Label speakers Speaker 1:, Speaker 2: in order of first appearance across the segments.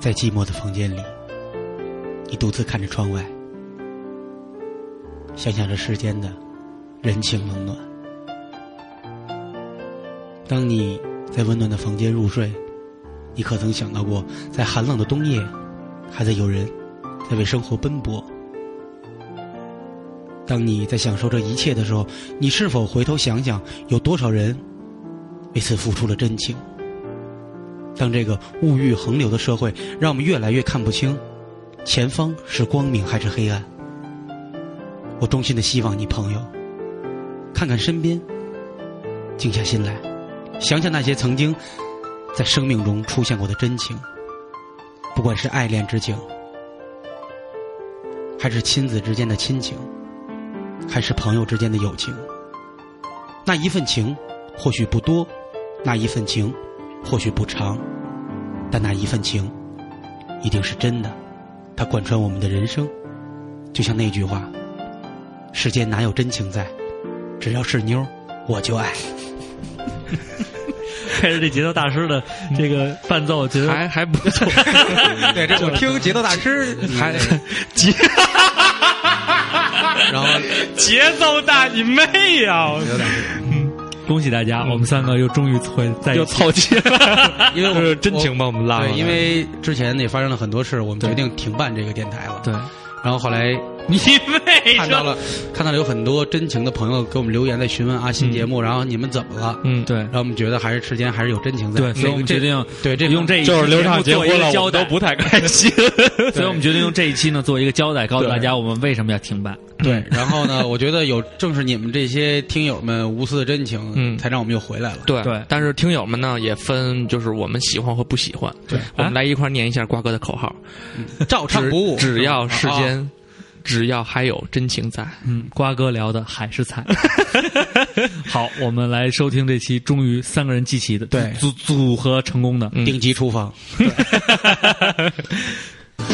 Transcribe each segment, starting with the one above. Speaker 1: 在寂寞的房间里，你独自看着窗外，想想这世间的人情冷暖。当你在温暖的房间入睡，你可曾想到过，在寒冷的冬夜，还在有人在为生活奔波？当你在享受这一切的时候，你是否回头想想，有多少人为此付出了真情？当这个物欲横流的社会让我们越来越看不清前方是光明还是黑暗，我衷心的希望你朋友看看身边，静下心来，想想那些曾经在生命中出现过的真情，不管是爱恋之情，还是亲子之间的亲情，还是朋友之间的友情，那一份情或许不多，那一份情。或许不长，但那一份情，一定是真的。它贯穿我们的人生，就像那句话：“世间哪有真情在？只要是妞，我就爱。
Speaker 2: 配着这节奏大师的这个伴奏，觉得
Speaker 3: 还还不错，
Speaker 1: 对，这我听节奏大师 还
Speaker 3: 节
Speaker 1: 然后
Speaker 3: 节奏大你妹呀！
Speaker 2: 嗯恭喜大家，我们三个又终于会在一
Speaker 3: 又
Speaker 2: 起。
Speaker 3: 凑齐了，
Speaker 1: 因为我
Speaker 3: 就是真情把我们拉回来
Speaker 1: 对，
Speaker 3: 了。
Speaker 1: 因为之前也发生了很多事，我们
Speaker 3: 对
Speaker 1: 决定停办这个电台了。
Speaker 3: 对，
Speaker 1: 然后后来
Speaker 3: 你
Speaker 2: 哎
Speaker 3: 妹
Speaker 1: 看到了，看到了有很多真情的朋友给我们留言，在询问阿新节目，然后你们怎么了？
Speaker 3: 嗯，
Speaker 2: 对
Speaker 1: 然后我们觉得还是世间还是有真情在。
Speaker 2: 对，所以我们决
Speaker 1: 这个
Speaker 2: 定
Speaker 1: 这对这个
Speaker 2: 用这一期
Speaker 3: 就是刘畅
Speaker 2: 节
Speaker 3: 结
Speaker 2: 目
Speaker 3: 婚
Speaker 2: 做一
Speaker 3: 了，
Speaker 2: 个
Speaker 3: 我
Speaker 2: 交
Speaker 3: 们都
Speaker 2: 代，
Speaker 3: 不太开心。
Speaker 2: 所以我们决定用这一期呢做一个交代，告诉
Speaker 3: 对
Speaker 2: 大家我们为什么要停办。
Speaker 1: 对，然后呢，我觉得有正是你们这些听友们无私的真情，
Speaker 3: 嗯
Speaker 1: 才让我们又回来了。
Speaker 3: 对
Speaker 2: 对
Speaker 3: 但是听友们呢也分，就是我们喜欢和不喜欢。
Speaker 1: 对
Speaker 3: 我
Speaker 2: 啊
Speaker 3: 们来一块儿念一下瓜哥的口号：
Speaker 1: 照唱不误，
Speaker 3: 只要世
Speaker 1: 是吧啊
Speaker 3: 间，只要还有真情在。
Speaker 2: 嗯，瓜哥聊的海是菜。好，我们来收听这期终于三个人集齐的
Speaker 1: 对
Speaker 2: 组组合成功
Speaker 3: 嗯
Speaker 2: 的。
Speaker 1: 顶级厨房，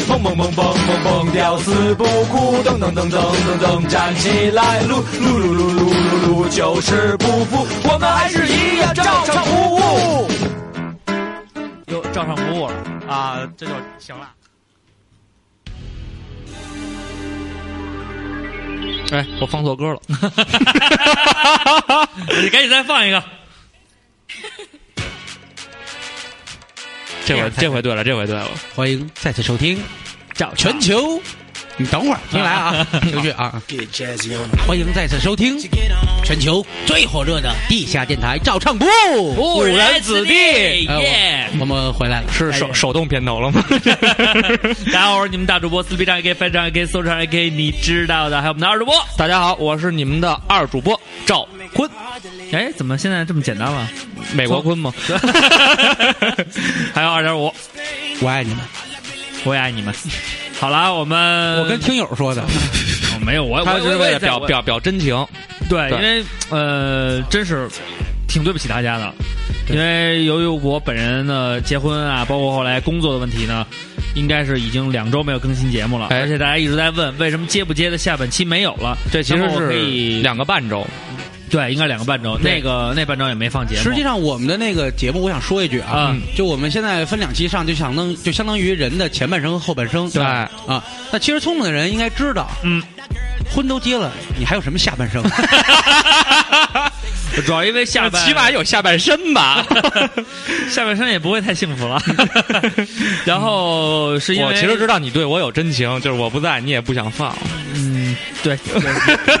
Speaker 4: 蹦蹦蹦蹦蹦蹦，吊死不哭，噔噔噔噔噔噔，站起来，撸撸撸撸撸撸撸，就是不服，我们还是一样照常不误。
Speaker 2: 又照上服我了啊，这就行了。
Speaker 3: 哎，我放错歌了。
Speaker 2: 你赶紧再放一个。
Speaker 3: 这回这回对了，这回对了。
Speaker 1: 欢迎再次收听
Speaker 2: 照
Speaker 1: 全球。你等会儿，听来啊， 听去啊！欢迎再次收听全球最火热的地下电台《照唱不误》
Speaker 2: 误人子弟，
Speaker 1: 哎
Speaker 2: 耶！
Speaker 1: 我们回来了，
Speaker 3: 是手手动片头了吗？
Speaker 2: 大家好，我是你们大主播撕逼张 AK、翻张 AK、搜张 AK，你知道的，还有我们的二主播。
Speaker 3: 大家好，我是你们的二主播赵坤，
Speaker 2: 哎，怎么现在这么简单了？
Speaker 3: 美国坤吗？
Speaker 2: 还有二点五，
Speaker 1: 我爱你们。
Speaker 2: 我也爱你们。好了，我们
Speaker 1: 我跟听友说 的，
Speaker 2: 哦没有我，我
Speaker 3: 他是为了
Speaker 2: 我
Speaker 3: 表
Speaker 2: 我
Speaker 3: 表表真情。
Speaker 2: 对，
Speaker 3: 对
Speaker 2: 因为呃，真是挺对不起大家的，因为由于我本人的结婚啊，包括后来工作的问题呢，应该是已经两周没有更新节目了，
Speaker 3: 哎
Speaker 2: 而且大家一直在问为什么接不接的下半期没有了，
Speaker 3: 这其实
Speaker 2: 那么我可
Speaker 3: 是
Speaker 2: 以
Speaker 3: 两个半周，
Speaker 2: 对，应该两个半周，那个那半周也没放节目，
Speaker 1: 实际上我们的那个节目，我想说一句啊
Speaker 2: 嗯，
Speaker 1: 就我们现在分两期上，就想弄，就相当于人的前半生和后半生。
Speaker 3: 对
Speaker 1: 啊，那其实聪明的人应该知道，
Speaker 2: 嗯，
Speaker 1: 婚都结了，你还有什么下半生？
Speaker 2: 主要因为下 半
Speaker 3: 起码有下半身 吧。
Speaker 2: 下半身也不会太幸福了，然后是因为
Speaker 3: 我其实知道你对我有真情，就是我不在，你也不想放，
Speaker 2: 嗯，对，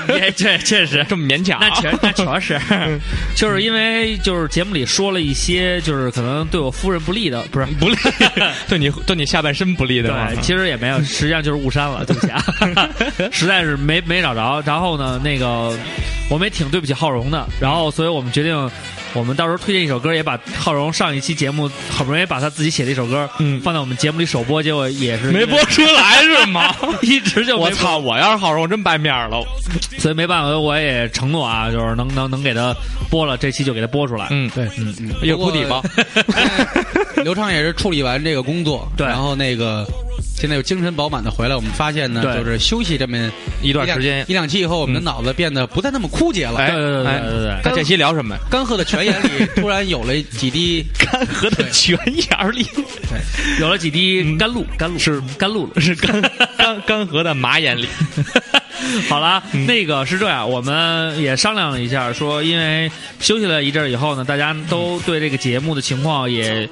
Speaker 2: 对也确确实
Speaker 3: 这么勉强。
Speaker 2: 那全那全是， 就是因为就是节目里说了一些就是可能对我夫人不利的，不是
Speaker 3: 不利，对你对你下半身不利的吗？
Speaker 2: 对，其实也没有，实际上就是误删了，对不起 啊，实在是没没找着。然后呢，那个我们也挺对不起浩荣的，然后所以我们决定，我们到时候推荐一首歌，也把浩荣上一期节目好不容易把他自己写的一首歌，
Speaker 3: 嗯
Speaker 2: 放在我们节目里首播，结果也是
Speaker 3: 没播，出来是吗？
Speaker 2: 一直就没
Speaker 3: 我
Speaker 2: 播
Speaker 3: 操！我要是好人，我真掰面了。
Speaker 2: 所以没办法，我也承诺啊，就是能能能给他播了，这期就给他播出来。
Speaker 3: 嗯，
Speaker 1: 对，
Speaker 3: 有
Speaker 1: 不过 哎
Speaker 3: 谷底吧？
Speaker 1: 刘畅也是处理完这个工作，
Speaker 2: 对
Speaker 1: 然后那个现在有精神饱满的回来，我们发现呢，
Speaker 2: 对
Speaker 1: 就是休息这么
Speaker 3: 一
Speaker 1: 一
Speaker 3: 段时间
Speaker 1: 两一。两期以后，我们的脑子变得不再那么枯竭了。
Speaker 3: 哎，
Speaker 2: 嗯对对对
Speaker 3: 哎
Speaker 2: 对对对
Speaker 3: 那这期聊什么？
Speaker 1: 干涸的泉眼里突然有了几滴，
Speaker 3: 干涸的泉眼里
Speaker 2: 有了几滴甘露，甘露嗯是甘露了， 是甘。
Speaker 3: 干干涸的马眼里，
Speaker 2: 好了啊，那个是这样，我们也商量了一下，说因为休息了一阵儿以后呢，大家都对这个节目的情况也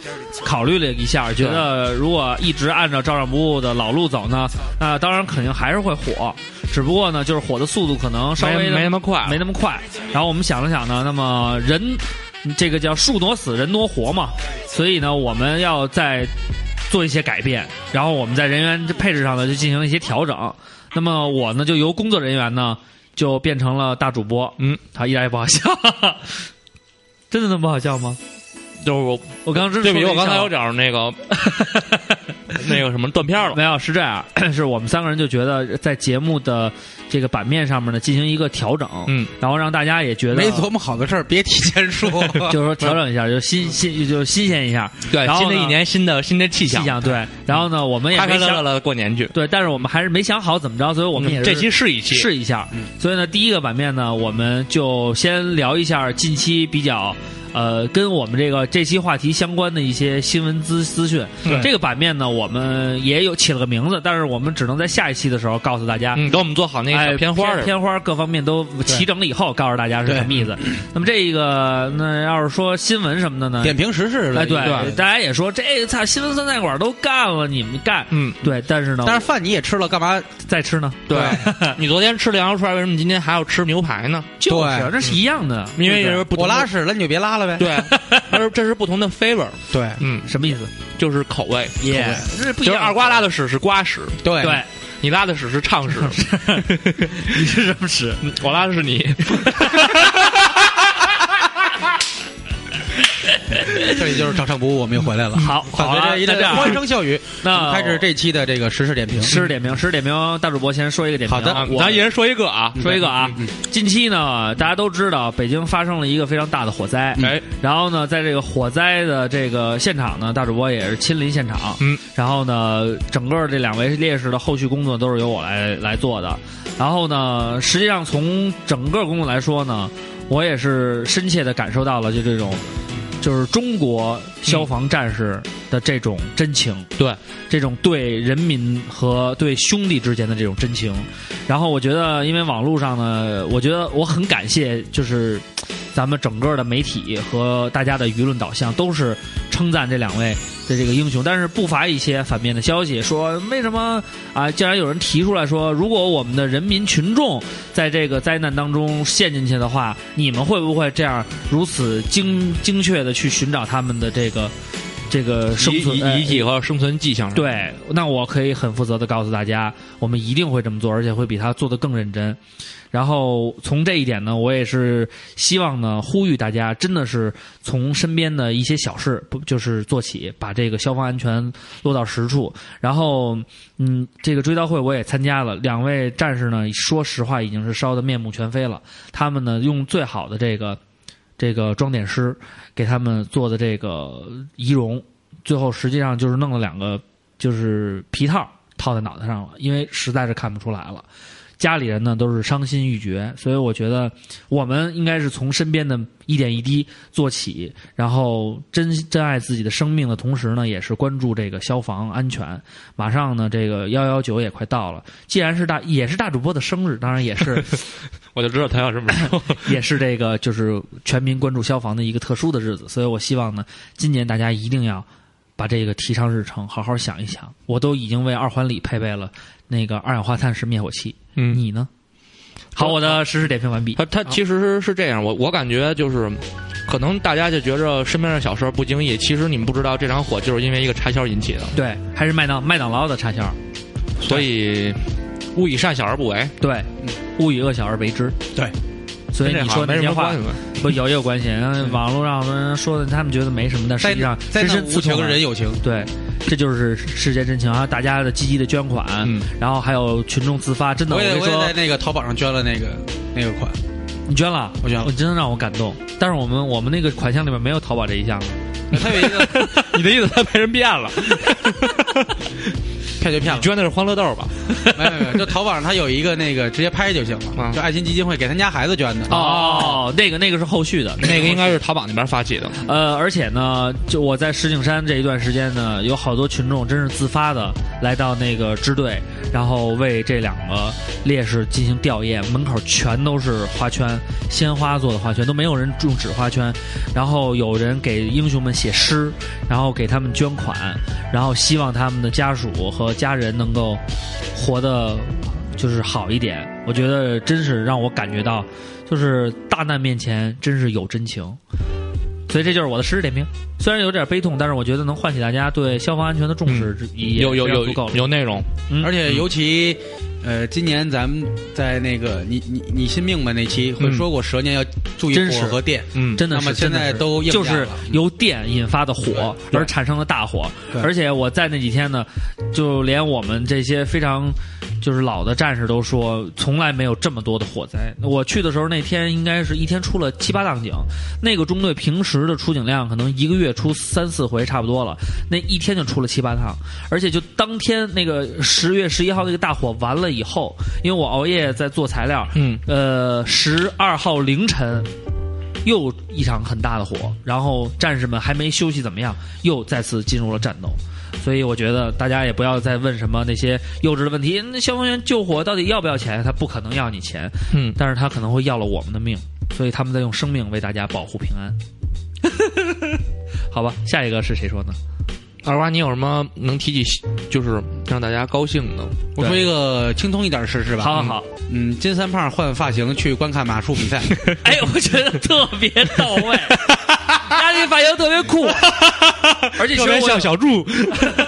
Speaker 2: 考虑了一下，觉得如果一直按照照常不误的老路走呢，那当然肯定还是会火，只不过呢，就是火的速度可能稍
Speaker 3: 没
Speaker 2: 微
Speaker 3: 没那么快，
Speaker 2: 没那么快。然后我们想了想呢，那么人这个叫树挪死，人挪活嘛，所以呢，我们要再做一些改变，然后我们在人员配置上呢就进行了一些调整。那么我呢就由工作人员呢就变成了大主播，
Speaker 3: 嗯，
Speaker 2: 他依然也不好笑， 真的那么不好笑吗？
Speaker 3: 就是我
Speaker 2: 我刚刚真
Speaker 3: 对不起，
Speaker 2: 说
Speaker 3: 我刚才
Speaker 2: 了
Speaker 3: 有
Speaker 2: 一笑
Speaker 3: 点儿 那个那个什么断片儿了。
Speaker 2: 没有，是这样，啊 是我们三个人就觉得在节目的这个版面上面呢进行一个调整，
Speaker 3: 嗯，
Speaker 2: 然后让大家也觉得
Speaker 1: 没琢磨好的事儿别提前说。
Speaker 2: 就是说调整一下，就新新就新鲜一下，
Speaker 3: 对
Speaker 2: 然后
Speaker 3: 新
Speaker 2: 呢
Speaker 3: 的一年新的新的气象，
Speaker 2: 对。然后呢，我们也
Speaker 3: 开
Speaker 2: 没
Speaker 3: 开嗯乐乐
Speaker 2: 想
Speaker 3: 的过年去。嗯
Speaker 2: 对，但是我们还是没想好怎么着，所以我们也是
Speaker 3: 这期嗯试一期，
Speaker 2: 试一下。所以呢，第一个版面呢，我们就先聊一下近期比较呃跟我们这个这期话题相关的一些新闻资资讯
Speaker 3: 对。
Speaker 2: 这个版面呢，我们也有起了个名字，但是我们只能在下一期的时候告诉大家。
Speaker 3: 嗯，给我们做好那个
Speaker 2: 哎
Speaker 3: 小片花儿。
Speaker 2: 片花各方面都齐整了以后，告诉大家是什么意思。那么这个，那要是说新闻什么的呢？
Speaker 1: 点评时事了，
Speaker 2: 哎，对，
Speaker 1: 对
Speaker 2: 大家也说这操新闻酸菜馆都干了，你们干，
Speaker 3: 嗯，
Speaker 2: 对，但是呢，
Speaker 1: 但是饭你也吃了，干嘛？
Speaker 2: 再吃呢，
Speaker 3: 对，你昨天吃羊肉串，为什么今天还要吃牛排呢？
Speaker 2: 就是
Speaker 1: 对
Speaker 2: 这是一样的，
Speaker 3: 嗯因为
Speaker 2: 对
Speaker 3: 是
Speaker 2: 不
Speaker 3: 不
Speaker 1: 我
Speaker 3: 同的
Speaker 1: 拉屎了，你就别拉了呗。
Speaker 3: 对，而这是不同的 flavor，
Speaker 1: 对
Speaker 3: 嗯
Speaker 2: 对，什么意思？
Speaker 3: 就是口味。
Speaker 2: 耶，这是不一样
Speaker 3: 就
Speaker 2: 的。
Speaker 3: 是二瓜拉的屎是瓜屎，
Speaker 1: 对
Speaker 2: 对，
Speaker 3: 你拉的屎是畅屎，
Speaker 2: 你是 什么屎？
Speaker 3: 嗯我拉的是你。
Speaker 1: 这里就是照常不误，我们又回来了。
Speaker 2: 好，好
Speaker 1: 伴
Speaker 2: 了，
Speaker 1: 随着
Speaker 2: 那
Speaker 1: 一
Speaker 2: 这
Speaker 1: 阵
Speaker 2: 样，嗯
Speaker 1: 欢声笑语，
Speaker 2: 那
Speaker 1: 开始这期的这个时事点评。
Speaker 2: 吃点评，吃点评，大主播先说一个点评啊，
Speaker 1: 好的
Speaker 3: 啊
Speaker 2: 我
Speaker 3: 咱一人说一个啊，
Speaker 2: 说一个啊
Speaker 1: 嗯嗯，
Speaker 2: 近期呢，大家都知道北京发生了一个非常大的火灾，
Speaker 1: 嗯
Speaker 3: 哎，
Speaker 2: 然后呢，在这个火灾的这个现场呢，大主播也是亲临现场。
Speaker 3: 嗯，
Speaker 2: 然后呢，整个这两位烈士的后续工作都是由我来来做的。然后呢，实际上从整个工作来说呢，我也是深切的感受到了就这种，就是中国消防战士的这种真情，
Speaker 3: 对，
Speaker 2: 这种对人民和对兄弟之间的这种真情。然后我觉得，因为网络上呢，我觉得我很感谢，就是咱们整个的媒体和大家的舆论导向都是称赞这两位的这个英雄，但是不乏一些反面的消息，说为什么啊？竟然有人提出来说，如果我们的人民群众在这个灾难当中陷进去的话，你们会不会这样如此精精确的去寻找他们的这个这个生存
Speaker 3: 遗
Speaker 2: 哎
Speaker 3: 遗遗体和生存迹象。，
Speaker 2: 对，那我可以很负责的告诉大家，我们一定会这么做，而且会比他做的更认真。然后从这一点呢，我也是希望呢，呼吁大家真的是从身边的一些小事，不就是做起，把这个消防安全落到实处。然后，嗯，这个追悼会我也参加了，两位战士呢，说实话已经是烧得面目全非了。他们呢，用最好的这个这个装点师给他们做的这个仪容，最后实际上就是弄了两个就是皮套套在脑袋上了，因为实在是看不出来了。家里人呢都是伤心欲绝，所以我觉得我们应该是从身边的一点一滴做起，然后珍珍爱自己的生命的同时呢，也是关注这个消防安全。马上呢，这个幺幺九也快到了，既然是大也是大主播的生日，当然也是
Speaker 3: 我就知道他要这 么说。
Speaker 2: 也是这个就是全民关注消防的一个特殊的日子，所以我希望呢，今年大家一定要把这个提上日程，好好想一想。我都已经为二环里配备了那个二氧化碳式灭火器，
Speaker 3: 嗯
Speaker 2: 你呢？好，我的实时点评完毕。
Speaker 3: 他他其实是是这样，我我感觉就是，可能大家就觉着身边的小事儿不经意，其实你们不知道这场火就是因为一个插销引起的，
Speaker 2: 对，还是麦当麦当劳的插销。
Speaker 3: 所以勿以善小而不为。
Speaker 2: 对，勿以恶小而为之。
Speaker 1: 对，
Speaker 2: 所以
Speaker 3: 嗯跟
Speaker 2: 你
Speaker 3: 这好
Speaker 2: 说
Speaker 3: 像没
Speaker 2: 那
Speaker 3: 什
Speaker 2: 些
Speaker 3: 么
Speaker 2: 话
Speaker 3: 关系吧
Speaker 2: 不有也有关系？嗯网络上人说的，他们觉得没什么，但实
Speaker 1: 灾
Speaker 2: 际上
Speaker 1: 难灾
Speaker 2: 深
Speaker 1: 难
Speaker 2: 深
Speaker 1: 无
Speaker 2: 刺痛
Speaker 1: 情，
Speaker 2: 啊
Speaker 1: 人有情。
Speaker 2: 对，这就是世间真情啊！大家的积极的捐款，
Speaker 3: 嗯
Speaker 2: 然后还有群众自发，真的，
Speaker 1: 我也
Speaker 2: 跟你
Speaker 1: 我也在
Speaker 2: 说，
Speaker 1: 那个淘宝上捐了那个那个款，
Speaker 2: 你捐了，
Speaker 1: 我捐了
Speaker 2: 你真的让我感动。但是我们我们那个款项里面没有淘宝这一项，
Speaker 1: 它有一个
Speaker 3: 你的意思他被人变了？
Speaker 1: 骗就骗了
Speaker 3: 你，捐的是欢乐豆吧？
Speaker 1: 没有没有，就淘宝上它有一个那个直接拍就行了，
Speaker 3: 啊
Speaker 2: 嗯
Speaker 1: 就爱心基金会给他们家孩子捐的。
Speaker 2: 哦，那个那个是后续的，
Speaker 3: 那个应该是淘宝那边发起的。
Speaker 2: 呃，而且呢，就我在石景山这一段时间呢，有好多群众真是自发的来到那个支队，然后为这两个烈士进行吊唁，门口全都是花圈，鲜花做的花圈，都没有人用纸花圈，然后有人给英雄们写诗，然后给他们捐款，然后希望他们的家属和家人能够活得就是好一点。我觉得真是让我感觉到，就是大难面前真是有真情。所以这就是我的实时点评，虽然有点悲痛，但是我觉得能唤起大家对消防安全的重视，这也
Speaker 3: 嗯有有
Speaker 2: 非常
Speaker 3: 有
Speaker 2: 足够了。
Speaker 3: 有内容，
Speaker 2: 嗯
Speaker 1: 而且尤其，呃，今年咱们在那个你你你信命吧那期会
Speaker 3: 嗯
Speaker 1: 说过蛇年要注意
Speaker 2: 真是
Speaker 1: 火和电，
Speaker 3: 嗯，
Speaker 2: 真的
Speaker 1: 那么
Speaker 2: 是，
Speaker 1: 现
Speaker 2: 真的
Speaker 1: 在
Speaker 2: 是
Speaker 1: 都应
Speaker 2: 就
Speaker 1: 验
Speaker 2: 是
Speaker 1: 了嗯
Speaker 2: 由电引发的火
Speaker 1: 对
Speaker 2: 而产生的大火
Speaker 1: 对，
Speaker 2: 而且我在那几天呢，就连我们这些非常就是老的战士都说，从来没有这么多的火灾。我去的时候那天应该是一天出了七八趟警，那个中队平时的出警量可能一个月出三四回差不多了，那一天就出了七八趟，而且就当天那个十月十一号那个大火完了以后，因为我熬夜在做材料，
Speaker 3: 嗯，
Speaker 2: 呃，十二号凌晨又一场很大的火，然后战士们还没休息怎么样，又再次进入了战斗。所以我觉得大家也不要再问什么那些幼稚的问题，那消防员救火到底要不要钱？他不可能要你钱，
Speaker 3: 嗯，
Speaker 2: 但是他可能会要了我们的命，所以他们在用生命为大家保护平安。好吧，下一个是谁说呢？
Speaker 3: 二瓜，你有什么能提起，就是让大家高兴的？
Speaker 1: 我说一个轻松一点的事是吧？
Speaker 2: 好好好，
Speaker 1: 嗯，金三胖换发型去观看马术比赛，
Speaker 2: 哎，我觉得特别到位，压力发型特别 酷，而且其实我有
Speaker 3: 小柱，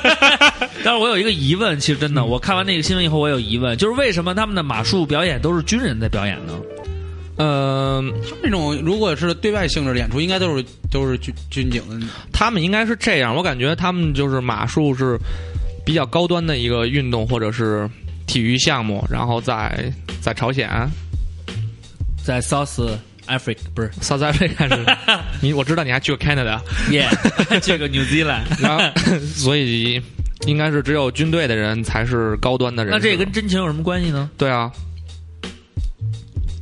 Speaker 2: 但是我有一个疑问，其实真的，我看完那个新闻以后，我有疑问，就是为什么他们的马术表演都是军人在表演呢？
Speaker 3: 嗯，
Speaker 1: 这种如果是对外性质的演出，应该都是都是军军警的。
Speaker 3: 他们应该是这样，我感觉他们就是马术是比较高端的一个运动或者是体育项目，然后在在朝 鲜、
Speaker 2: 在 South Africa 不是
Speaker 3: South Africa 是，你我知道你还去过 Canada，
Speaker 2: ，Yeah，这 个 New Zealand，
Speaker 3: 然后所以应该是只有军队的人才是高端的人。
Speaker 2: 那这个跟真情有什么关系呢？
Speaker 3: 对啊，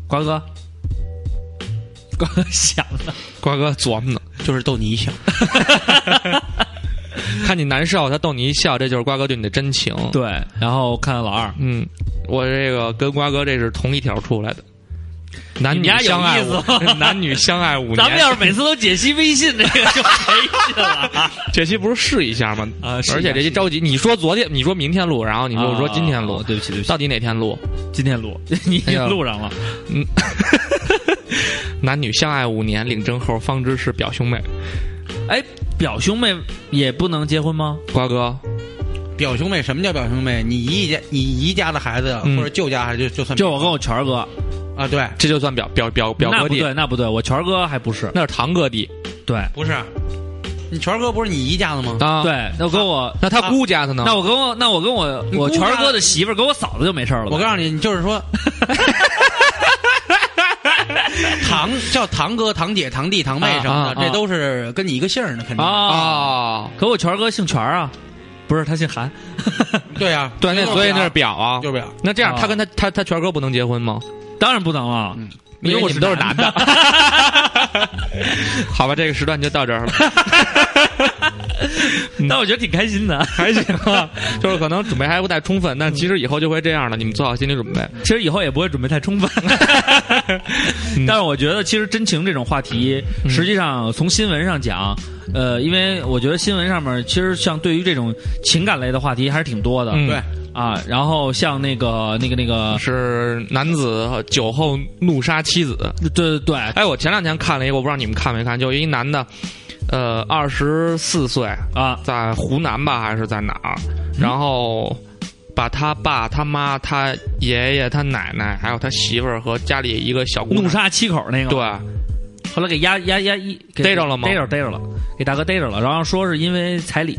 Speaker 2: 瓜哥，瓜哥想 的，
Speaker 3: 瓜哥琢磨呢，
Speaker 1: 就是逗你一笑，
Speaker 3: 看你难受，他逗你一笑，这就是瓜哥对你的真情。
Speaker 2: 对，然后看看老二，
Speaker 3: 嗯，我这个跟瓜哥这是同一条出来的，男
Speaker 2: 你们家
Speaker 3: 女
Speaker 2: 有
Speaker 3: 相爱
Speaker 2: 意思
Speaker 3: 五，男女相爱五 年。
Speaker 2: 咱们要是每次都解析微信这个就没劲 了。
Speaker 3: 这期不是试一下吗？
Speaker 2: 啊试一下
Speaker 3: 而且这期着急，你说昨天，你说明天录，然后你跟我说今天录，
Speaker 2: 啊对不起对不起，
Speaker 3: 到底哪天录？
Speaker 2: 今天录， 你已经录上了。
Speaker 3: 男女相爱五年，领证后方知是表兄妹。
Speaker 2: 哎，表兄妹也不能结婚吗？
Speaker 3: 瓜哥，
Speaker 1: 表兄妹，什么叫表兄妹？你姨家你姨家的孩子、啊
Speaker 3: 嗯
Speaker 1: 或者舅家孩子就就算
Speaker 2: 就我跟我权儿哥，
Speaker 1: 啊，对，
Speaker 3: 这就算表表表表
Speaker 2: 那
Speaker 3: 哥
Speaker 2: 不
Speaker 3: 弟，
Speaker 2: 对，那不对，我权儿哥还不是，
Speaker 3: 那是堂哥弟
Speaker 2: 对、
Speaker 1: 不是，你权儿哥不是你姨家的吗？
Speaker 3: 啊。，
Speaker 2: 对，那我跟我。
Speaker 3: 那他姑家的呢？
Speaker 2: 那我跟我那我跟我
Speaker 1: 你
Speaker 2: 我
Speaker 1: 姑
Speaker 2: 权儿
Speaker 1: 家
Speaker 2: 哥的媳妇儿跟我嫂子就没事儿了吧。
Speaker 1: 我告诉你，你就是说， 堂叫堂哥、堂姐、堂弟、堂妹什么
Speaker 3: 啊
Speaker 1: 的，
Speaker 3: 啊
Speaker 1: 这都是跟你一个姓儿的，肯定。
Speaker 2: 啊，
Speaker 3: 啊，
Speaker 2: 可我权儿哥姓权儿啊，不是他姓韩。
Speaker 1: 对啊，
Speaker 3: 对，那所以那是表啊。
Speaker 1: 就是表。
Speaker 3: 那这样，
Speaker 2: 啊
Speaker 3: 他跟他他他权哥不能结婚吗？
Speaker 2: 当然不能了，
Speaker 1: 嗯
Speaker 3: 因为
Speaker 2: 我
Speaker 3: 你们都是男的。 好吧，这个时段就到这儿了。
Speaker 2: 但我觉得挺开心的。
Speaker 3: 还行 啊， 就是可能准备还不太充分，但其实以后就会这样了，你们做好心理准备。
Speaker 2: 其实以后也不会准备太充分，
Speaker 3: 嗯
Speaker 2: 但是我觉得其实真情这种话题，实际上从新闻上讲，呃，因为我觉得新闻上面其实像对于这种情感类的话题还是挺多的，
Speaker 3: 嗯
Speaker 1: 对，
Speaker 2: 啊，然后像那个那个那个，
Speaker 3: 是男子酒后怒杀妻子。
Speaker 2: 对对啊对，
Speaker 3: 哎，我前两天看了一个，我不知道你们看没看，就一男的，呃，二十四岁，
Speaker 2: 啊，
Speaker 3: 在湖南吧还是在哪儿，然后把他爸、他妈、他爷爷、他奶奶，还有他媳妇儿和家里一个小姑娘
Speaker 2: 怒，杀七口那个，
Speaker 3: 对，
Speaker 2: 后来给压压压一给
Speaker 3: 逮着了吗
Speaker 2: 逮着逮着了，给大哥逮着了，然后说是因为彩礼，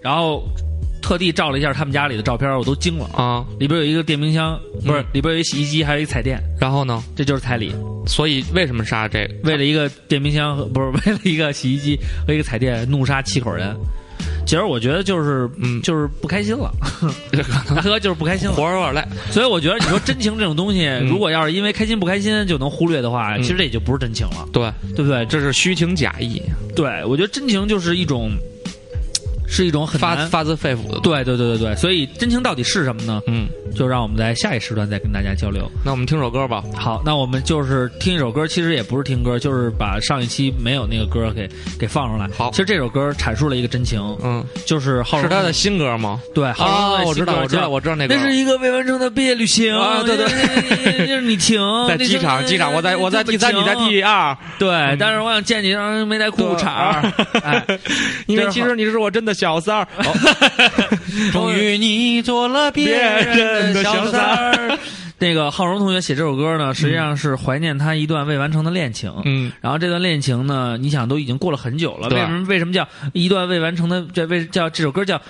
Speaker 2: 然后特地照了一下他们家里的照片，我都惊了，
Speaker 3: 啊，
Speaker 2: 里边有一个电冰箱，不是
Speaker 3: 嗯
Speaker 2: 里边有一洗衣机，还有一彩电，
Speaker 3: 然后呢，
Speaker 2: 这就是彩礼，
Speaker 3: 所以为什么杀这个？
Speaker 2: 为了一个电冰箱和不是为了一个洗衣机和一个彩电怒杀七口人，其实我觉得就是
Speaker 3: 嗯
Speaker 2: 就是不开心了，大哥就是不开心了。
Speaker 3: 活儿有点累，
Speaker 2: 所以我觉得你说真情这种东西，
Speaker 3: 嗯
Speaker 2: 如果要是因为开心不开心就能忽略的话，其实这也就不是真情了，
Speaker 3: 对，
Speaker 2: 对不对？这
Speaker 3: 这是虚情假意，
Speaker 2: 对我觉得真情就是一种，是一种很
Speaker 3: 发
Speaker 2: 难。
Speaker 3: 发自肺腑的。，
Speaker 2: 对对对对对，所以真情到底是什么呢？
Speaker 3: 嗯，
Speaker 2: 就让我们在下一时段再跟大家交流。
Speaker 3: 那我们听首歌吧。
Speaker 2: 好，那我们就是听一首歌，其实也不是听歌，就是把上一期没有那个歌给给放出来。
Speaker 3: 好
Speaker 2: 其实这首歌阐述了一个真情，
Speaker 3: 嗯，
Speaker 2: 就是浩
Speaker 3: 是
Speaker 2: 荣
Speaker 3: 他的新歌吗？
Speaker 2: 对，浩荣的
Speaker 3: 啊，我知
Speaker 2: 新
Speaker 3: 道，
Speaker 2: 歌
Speaker 3: 我知
Speaker 2: 叫
Speaker 3: 道，我知道那歌
Speaker 2: 那。是一个未完成的毕业旅行
Speaker 3: 啊对对
Speaker 2: 对，就是你停
Speaker 3: 在机场，机场，我在我在第三，你在第嗯二，
Speaker 2: 对，但是我想见你，然后没带裤衩儿， 哎，
Speaker 3: 啊 因为
Speaker 2: 这是
Speaker 3: 其实你是我真的小三儿。
Speaker 1: 终于你做了别人的小三儿。
Speaker 2: 儿。那个浩荣同学写这首歌呢，实际上是怀念他一段未完成的恋情。
Speaker 3: 嗯，
Speaker 2: 然后这段恋情呢，你想都已经过了很久了，为
Speaker 3: 对
Speaker 1: 啊
Speaker 2: 什么为什么叫一段未完成的这为叫这首歌叫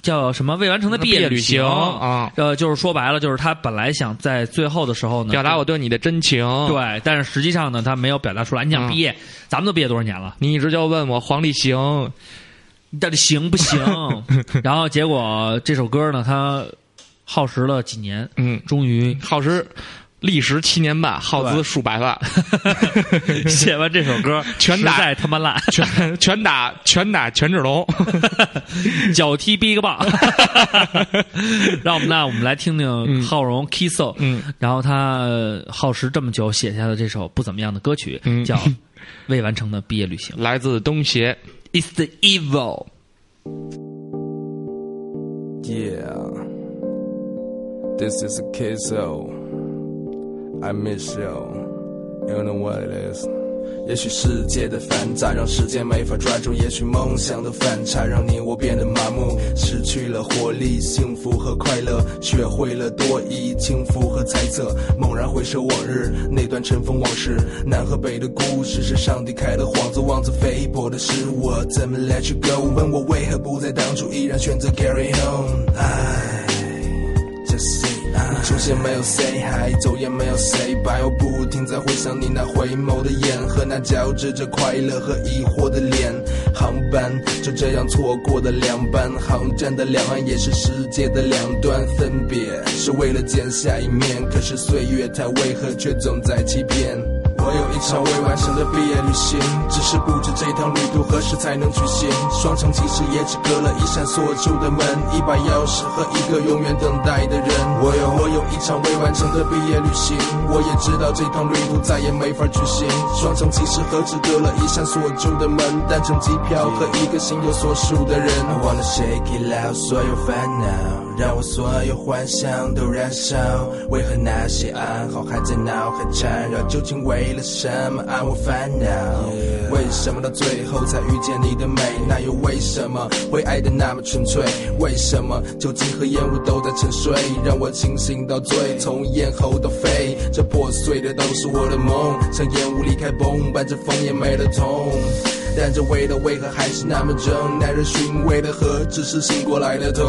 Speaker 2: 叫什么未完成的毕
Speaker 3: 业
Speaker 2: 旅
Speaker 3: 行啊，
Speaker 2: 呃，就是说白了，就是他本来想在最后的时候呢，
Speaker 3: 表达我对你的真情。，
Speaker 2: 对，但是实际上呢，他没有表达出来。你想
Speaker 3: 嗯
Speaker 2: 毕业，咱们都毕业多少年了？
Speaker 3: 你一直就问我黄立行，
Speaker 2: 你到底行不行？然后结果这首歌呢，它耗时了几年，
Speaker 3: 嗯，
Speaker 2: 终 于
Speaker 3: 耗时历时七年半，耗资
Speaker 2: 对
Speaker 3: 数百万，
Speaker 2: 写完这首歌，
Speaker 3: 全
Speaker 2: 实
Speaker 3: 打
Speaker 2: 在他妈烂，
Speaker 3: 全全打全打权 志龙。
Speaker 2: 脚踢 BigBang。让我们那我们来听听浩荣 Kiso，
Speaker 3: 嗯，
Speaker 2: 然后他呃耗时这么久写下的这首不怎么样的歌曲，
Speaker 3: 嗯
Speaker 2: 叫《未完成的毕业旅行
Speaker 3: 来自东协，》
Speaker 2: ，It's the evil。
Speaker 5: Yeah, this is a kiss, so I miss you. You know what it is. 也许世界的繁杂让时间没法抓住，也许梦想的反差让你我变得麻木，失去了活力、幸福和快乐，学会了多疑、轻浮和猜测。猛然回首往日那段尘封往事，南和北的故事是上帝开的幌子，妄自菲薄的是我怎么 let you go？问我为何不在当初，依然选择 carry on。唉。Just say 你出现没有 say hi，走也没有 say bye，我不停在回想你那回眸的眼和那交织着快乐和疑惑的脸。航班就这样错过的两班，航站的两岸也是世界的两端，分别是为了见下一面，可是岁月它为何却总在欺骗？我有一场未完成的毕业旅行，只是不知这趟旅途何时才能举行。双城其实也只隔了一扇锁住的门，一把钥匙和一个永远等待的人。我有我有一场未完成的毕业旅行，我也知道这趟旅途再也没法举行。双城其实何止隔了一扇锁住的门，单程机票和一个心有所属的人。I wanna shake it out，所有烦恼，让我所有幻想都燃烧。为何那些暗号还在脑海缠绕？究竟为了什么让我烦恼？为什么到最后才遇见你的美？那又为什么会爱得那么纯粹？为什么酒精和烟雾都在沉睡，让我清醒到醉，从咽喉到肺？这破碎的都是我的梦，像烟雾离开崩，伴着枫叶没了痛。但这味道为何还是那么重？耐人寻味的何止是醒过来的痛？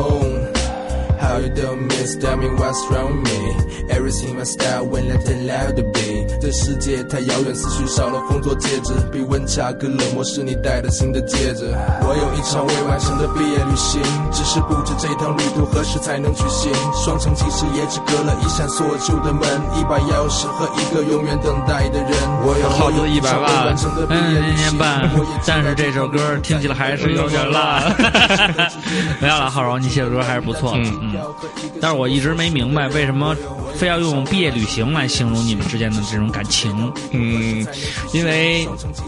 Speaker 5: How you don't miss, tell me what's wrong with me Everything my style when let it loud to be 这世界太遥远，思绪少了工作戒指，比温差更冷漠是你戴的新的戒指。我有一场未完成的毕业旅行，只是不知这趟旅途何时才能举行。双城其实也只隔了一扇锁住的门，一把钥匙和一个永远等待的人。我有
Speaker 3: 耗资一百万
Speaker 5: 我有场未完成的毕业
Speaker 2: 嗯，
Speaker 5: 旅
Speaker 2: 一
Speaker 5: 行
Speaker 2: 年半
Speaker 5: 我也知道，
Speaker 2: 但是这首歌听起来还是有点烂。没有了，浩荣，你写的歌还是不错的，嗯但是我一直没明白为什么非要用毕业旅行来形容你们之间的这种感情？
Speaker 3: 嗯，因为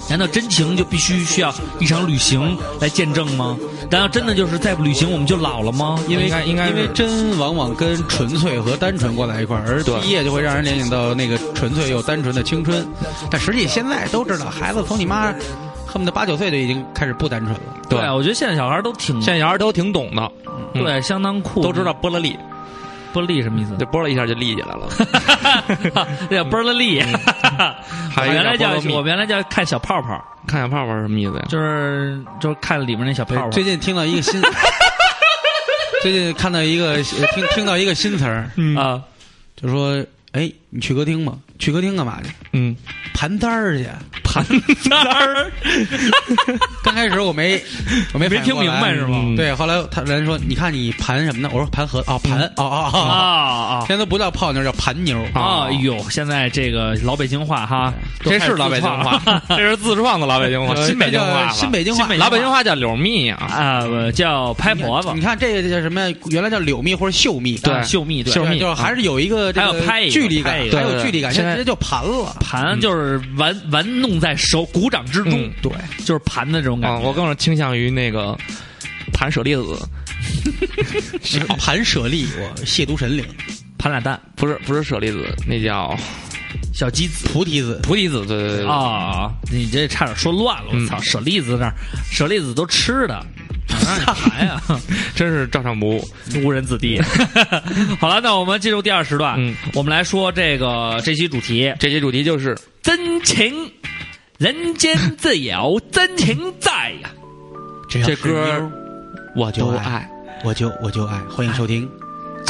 Speaker 2: 难道真情就必须需要一场旅行来见证吗？难道真的就是再不旅行我们就老了吗？因
Speaker 1: 因为
Speaker 3: 应该应该是
Speaker 1: 因为真往往跟纯粹和单纯挂在一块儿，而
Speaker 3: 对
Speaker 1: 毕业就会让人联想到那个纯粹又单纯的青春。但实际现在都知道，孩子从你妈恨不得八九岁就已经开始不单纯了。
Speaker 3: 对，
Speaker 2: 我觉得现在小孩都挺
Speaker 3: 现在小孩都挺懂的，嗯
Speaker 2: 对相当酷，
Speaker 3: 都知 道波了力，
Speaker 2: 波利什么意思？
Speaker 3: 这波了一下就立起来了。
Speaker 2: 那叫波利， 我
Speaker 3: 还有一
Speaker 2: 原来
Speaker 3: 点
Speaker 2: 叫
Speaker 3: 菠萝蜜
Speaker 2: 我原来叫看小泡泡。
Speaker 3: 看小泡泡是什么意思呀？
Speaker 2: 就是就是看里面那小泡泡，
Speaker 1: 哎最近听到一个 新，最近看到一个呃听听到一个新词儿，
Speaker 2: 啊，
Speaker 1: 就说哎，你去歌厅吗？去歌厅干嘛去？
Speaker 3: 嗯，
Speaker 1: 盘单儿去，
Speaker 3: 盘单儿，
Speaker 1: 刚开始我没我没反
Speaker 2: 没
Speaker 1: 应
Speaker 2: 听
Speaker 1: 过
Speaker 2: 明
Speaker 1: 来嗯
Speaker 2: 白是吗？
Speaker 1: 对，后来他人说：“你看你盘什么呢？”我说：“盘核啊，盘哦哦
Speaker 2: 啊
Speaker 1: 哦，
Speaker 2: 啊
Speaker 1: 现在都不叫泡妞，叫盘妞。
Speaker 2: 啊！哟，现在这个老北京话哈，都
Speaker 3: 这
Speaker 2: 开始
Speaker 3: 是老北京
Speaker 2: 自创
Speaker 3: 话
Speaker 2: 了，
Speaker 3: 这是自创的老北京话，
Speaker 1: 呃
Speaker 3: 新北京
Speaker 1: 这
Speaker 3: 话
Speaker 1: 叫
Speaker 3: 了，
Speaker 1: 新北京话
Speaker 3: 老北京话叫柳蜜 啊，
Speaker 2: 啊，我叫拍
Speaker 1: 你
Speaker 2: 婆
Speaker 1: 看
Speaker 2: 子
Speaker 1: 你，看这个叫什么？原来叫柳蜜或者秀蜜，
Speaker 3: 嗯对
Speaker 2: 啊秀蜜，对，
Speaker 3: 秀蜜
Speaker 1: 就是还是有一个这
Speaker 2: 还有拍一
Speaker 1: 个
Speaker 2: 个
Speaker 1: 距离感，
Speaker 2: 拍一个
Speaker 1: 还
Speaker 3: 对
Speaker 1: 有
Speaker 3: 对
Speaker 1: 距离感，
Speaker 3: 对
Speaker 1: 现在
Speaker 3: 现在
Speaker 1: 直接就盘了。
Speaker 2: 盘就是玩玩弄在手鼓掌之中
Speaker 3: 嗯，
Speaker 1: 对，
Speaker 2: 就是盘的这种感
Speaker 3: 啊，
Speaker 2: 觉。
Speaker 3: 我更是倾向于那个盘舍利子，
Speaker 1: 盘舍利，我亵渎神灵，
Speaker 2: 盘俩蛋，
Speaker 3: 不是不是舍利子，那叫
Speaker 1: 小鸡子、菩提子，
Speaker 3: 菩提子，对对嗯对，
Speaker 2: 啊，你这差点说乱了，我操！舍利子那儿，舍利子都吃的，哪让你盘 呀？
Speaker 3: 真是照常不误。
Speaker 2: 误人子弟。 好了，那我们进入第二时段，
Speaker 3: 嗯
Speaker 2: 我们来说这个这期主题：
Speaker 3: 这期主题就是
Speaker 2: 真情，人间自有真情在呀。
Speaker 1: 这要
Speaker 3: 这
Speaker 1: 是
Speaker 3: 歌
Speaker 1: 妞
Speaker 3: 儿
Speaker 1: 儿
Speaker 3: 我就
Speaker 1: 都
Speaker 3: 爱
Speaker 1: 我就我就爱。欢迎收听《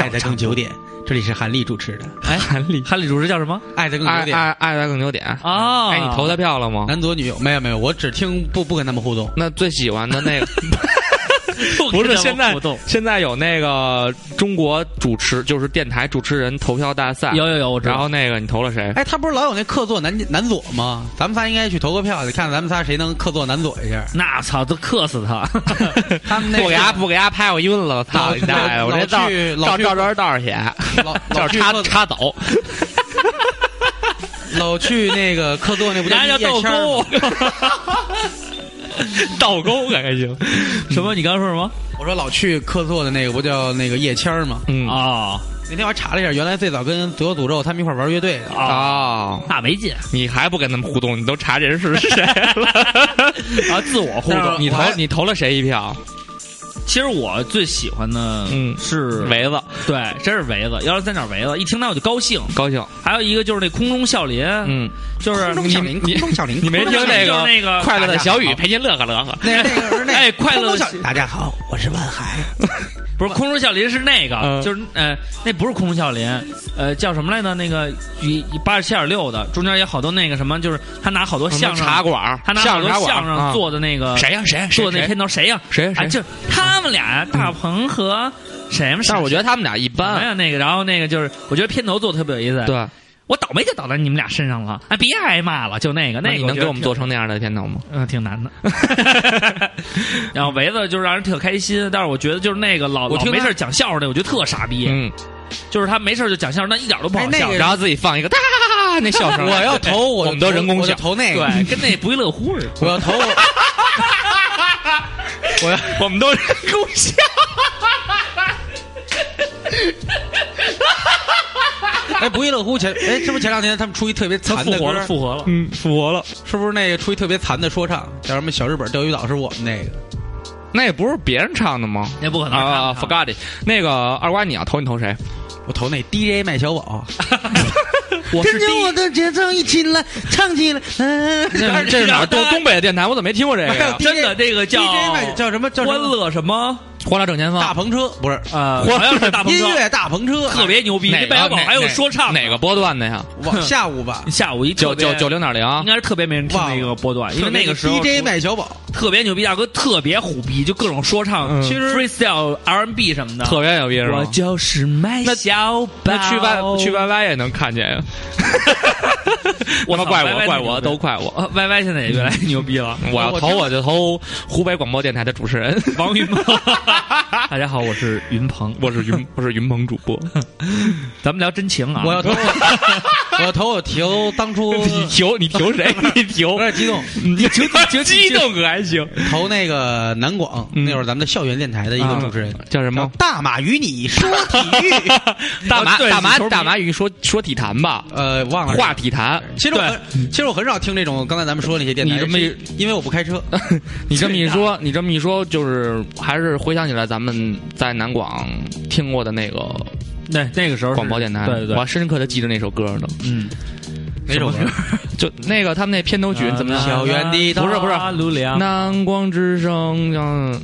Speaker 1: 爱在更久点》，这里是韩丽主持的《
Speaker 2: 哎，
Speaker 3: 韩立，
Speaker 2: 汉丽主持叫什么
Speaker 1: 爱在更
Speaker 3: 爱
Speaker 1: 久点》
Speaker 3: 爱爱在更久点
Speaker 2: 啊？
Speaker 3: 哎，你投他票了吗？
Speaker 1: 男左女右，没有没有，我只听不不跟他们互动。
Speaker 3: 那最喜欢的那个
Speaker 2: 不
Speaker 3: 不
Speaker 2: 跟他
Speaker 3: 是
Speaker 2: 们
Speaker 3: 现在
Speaker 2: 互动
Speaker 3: 现在有那个中国主持，就是电台主持人投票大赛，
Speaker 2: 有有有，我知道。
Speaker 3: 啊然后那个你投了谁？
Speaker 1: 哎，他不是老有那客座男男左吗？咱们仨应该去投个票，看看咱们仨谁能客座男左一下。
Speaker 2: 那操，都克死 他！
Speaker 1: 他们那
Speaker 3: 不给他不给他拍我晕了，操你大爷！
Speaker 1: 老
Speaker 3: 我这
Speaker 1: 老
Speaker 3: 照
Speaker 1: 去老
Speaker 3: 照
Speaker 1: 去
Speaker 3: 照着道儿写，
Speaker 1: 老
Speaker 3: 叫
Speaker 1: 老去
Speaker 3: 插
Speaker 1: 客
Speaker 3: 插斗，
Speaker 1: 老去那个客座那不
Speaker 2: 人
Speaker 1: 叫
Speaker 2: 家叫
Speaker 1: 叶
Speaker 2: 倒
Speaker 1: 谦儿
Speaker 2: 钩
Speaker 1: 吗？，
Speaker 3: 倒钩感觉行。
Speaker 2: 什么？你刚刚说什么？
Speaker 1: 我说老去客座的那个不叫那个叶谦儿吗？
Speaker 3: 嗯啊
Speaker 2: 哦，
Speaker 1: 那天我还查了一下，原来最早跟左右诅咒他们一块儿玩乐队的。
Speaker 3: 啊！
Speaker 2: 那没 劲
Speaker 3: 你还不跟他们互动？你都查这人是 谁了？
Speaker 2: 啊，自我互动。
Speaker 3: 你
Speaker 1: 我
Speaker 3: 投
Speaker 1: 还
Speaker 3: 你投了谁一票？
Speaker 2: 其实我最喜欢的
Speaker 3: 嗯
Speaker 2: 是
Speaker 3: 围子
Speaker 2: 对，真是围子，幺零三角围子，一听到我就高兴。
Speaker 3: 高兴，
Speaker 2: 还有一个就是那空中笑林，
Speaker 3: 嗯，
Speaker 2: 就是
Speaker 1: 空中 小林，
Speaker 3: 你
Speaker 1: 空中小林，
Speaker 3: 你没
Speaker 2: 空中
Speaker 3: 听
Speaker 2: 小林就是
Speaker 3: 个
Speaker 2: 那个
Speaker 3: 快乐的小雨
Speaker 1: 好
Speaker 3: 陪您乐呵乐呵。
Speaker 1: 那那个是那个
Speaker 2: 哎快乐的
Speaker 1: 空中小
Speaker 2: 心
Speaker 1: 大家好，我是万海。
Speaker 2: 不是空中笑林是那个，
Speaker 3: 嗯
Speaker 2: 就是呃，那不是空中笑林，呃，叫什么来着？那个一八十七点六的，中间有好多那个什么，就是他拿好多
Speaker 3: 什么
Speaker 2: 相声，
Speaker 3: 茶馆儿，
Speaker 2: 他拿好
Speaker 3: 相
Speaker 2: 多
Speaker 3: 声茶馆
Speaker 2: 相
Speaker 3: 儿
Speaker 2: 声
Speaker 3: 啊
Speaker 2: 做的那个、
Speaker 3: 谁呀谁谁
Speaker 2: 做的那
Speaker 3: 谁
Speaker 2: 片头谁呀、
Speaker 3: 谁
Speaker 2: 啊，
Speaker 3: 谁？
Speaker 2: 就他们俩，大鹏和谁嘛？
Speaker 3: 但是我觉
Speaker 2: 得
Speaker 3: 得他们俩一
Speaker 2: 什么
Speaker 3: 般，
Speaker 2: 呀那个，然后那个就是，我觉得片头做的特别有意思。，
Speaker 3: 对。
Speaker 2: 我倒霉就倒在你们俩身上了，啊，别挨骂了，就那个那个，
Speaker 3: 你能给我们做
Speaker 2: 成？
Speaker 3: 成那样的片头吗？
Speaker 2: 嗯，挺难的。 然后围子就让人特开心，但是我觉得就是那个老
Speaker 1: 我
Speaker 2: 老
Speaker 1: 听他
Speaker 2: 没事讲笑话那，我觉得特傻逼。
Speaker 3: 嗯，
Speaker 2: 就是他没事就讲相声，但一点都不好
Speaker 1: 哎那
Speaker 2: 笑
Speaker 1: 个。
Speaker 3: 然后自己放一个哒那笑声。
Speaker 1: 我要投，我
Speaker 3: 我们都人工
Speaker 1: 我就
Speaker 3: 笑，
Speaker 1: 投那个，
Speaker 2: 对，跟那不亦乐乎似的。
Speaker 1: 我要投我。我要
Speaker 3: 我们都人工笑。
Speaker 1: 哎，不亦乐乎前哎，是不是前两天他们出一特别
Speaker 2: 他
Speaker 1: 残
Speaker 2: 复
Speaker 1: 的
Speaker 2: 活
Speaker 1: 歌
Speaker 2: 了，？复活了。
Speaker 3: 嗯，复活了。
Speaker 1: 是不是那个出一特别残的说唱，叫什么小日本钓鱼岛是我们那个？
Speaker 3: 那也不是别人唱的吗？
Speaker 2: 那不可能是他
Speaker 3: 啊
Speaker 2: 们唱的
Speaker 3: ，forgot it。那个二瓜，你要投你投 谁？
Speaker 1: 我投那 DJ 麦小宝，
Speaker 2: 我是
Speaker 1: 啊跟
Speaker 2: 第
Speaker 1: 着
Speaker 2: 一
Speaker 1: 我的节奏一起来唱起来。嗯
Speaker 3: 这这是哪儿？东东北的电台，我怎么没听过这个 呀？
Speaker 2: 真的这个叫
Speaker 1: DJ 麦叫什么叫什
Speaker 2: 欢
Speaker 1: 么？
Speaker 2: 乐什么？
Speaker 3: 欢乐正前
Speaker 1: 大
Speaker 3: 方，
Speaker 1: 篷车啊不是
Speaker 2: 呃，好像是大鹏
Speaker 1: 音
Speaker 2: 哥，
Speaker 1: 乐大篷车，
Speaker 2: 特别牛逼。
Speaker 3: 哪
Speaker 2: 那
Speaker 3: 个
Speaker 2: 百宝
Speaker 3: 哪
Speaker 2: 还有说唱的
Speaker 3: 哪个？波段的呀？
Speaker 1: 往下午吧。
Speaker 2: 下午一
Speaker 3: 九
Speaker 2: 特别
Speaker 3: 九九零点
Speaker 2: 应
Speaker 3: 零。
Speaker 2: 该是特别没人听的一个波段，因为那个时候啊
Speaker 1: DJ 麦小宝，
Speaker 2: 特别牛逼，大哥特别虎逼，就各种说唱，
Speaker 3: 嗯
Speaker 2: 其实 freestyle R&B 什么的，
Speaker 3: 特别牛逼是
Speaker 2: 我
Speaker 3: 吧？
Speaker 2: 就是麦小宝。
Speaker 3: 那去 Y 去 YY 也能看见呀。
Speaker 2: 我
Speaker 3: 他
Speaker 2: 操
Speaker 3: 妈怪
Speaker 2: YY
Speaker 3: 我
Speaker 2: 那
Speaker 3: 怪
Speaker 2: 牛
Speaker 3: 我
Speaker 2: 逼
Speaker 3: 都怪我。
Speaker 2: 呃，YY 现在也越来越牛逼了。
Speaker 3: 我要投我就投湖北广播电台的主持人，
Speaker 2: 王云鹏，大家好，我是云鹏，
Speaker 3: 我是云我是云鹏主播。
Speaker 2: 咱们聊真情啊。
Speaker 1: 我 要投我，我要投我投当初
Speaker 3: 你投你投谁？你投
Speaker 1: 有点激动，
Speaker 3: 你挺挺激动可还行？
Speaker 1: 投那个南广
Speaker 3: 嗯
Speaker 1: 那会儿咱们的校园电台的一
Speaker 2: 啊
Speaker 1: 个主持
Speaker 2: 嗯
Speaker 1: 人，
Speaker 3: 叫什
Speaker 1: 叫
Speaker 3: 么？
Speaker 1: 大马与你说体育，
Speaker 3: 大马
Speaker 2: 啊对
Speaker 3: 大
Speaker 2: 你
Speaker 3: 马
Speaker 2: 球迷
Speaker 3: 大马语说说体坛吧，
Speaker 1: 呃，忘了
Speaker 3: 话体坛。
Speaker 1: 其实我很其实我很少听这种刚才咱们说的那些电台，
Speaker 3: 你这么一
Speaker 1: 是因为我不开车，
Speaker 2: 啊
Speaker 3: 你这么一说，你这么一说，就是还是回想起来咱们在南广听过的那个
Speaker 2: 那那个时候是
Speaker 3: 广播电台，
Speaker 2: 对对
Speaker 3: 我还
Speaker 2: 对，
Speaker 3: 深刻的记着那首歌呢，
Speaker 2: 嗯，
Speaker 1: 哪首歌？
Speaker 3: 就那个他们那片头
Speaker 2: 啊
Speaker 3: 曲怎么
Speaker 1: 小
Speaker 3: 样？
Speaker 1: 园地
Speaker 2: 不是不是
Speaker 1: 大
Speaker 2: 卢良，
Speaker 3: 南广之声，嗯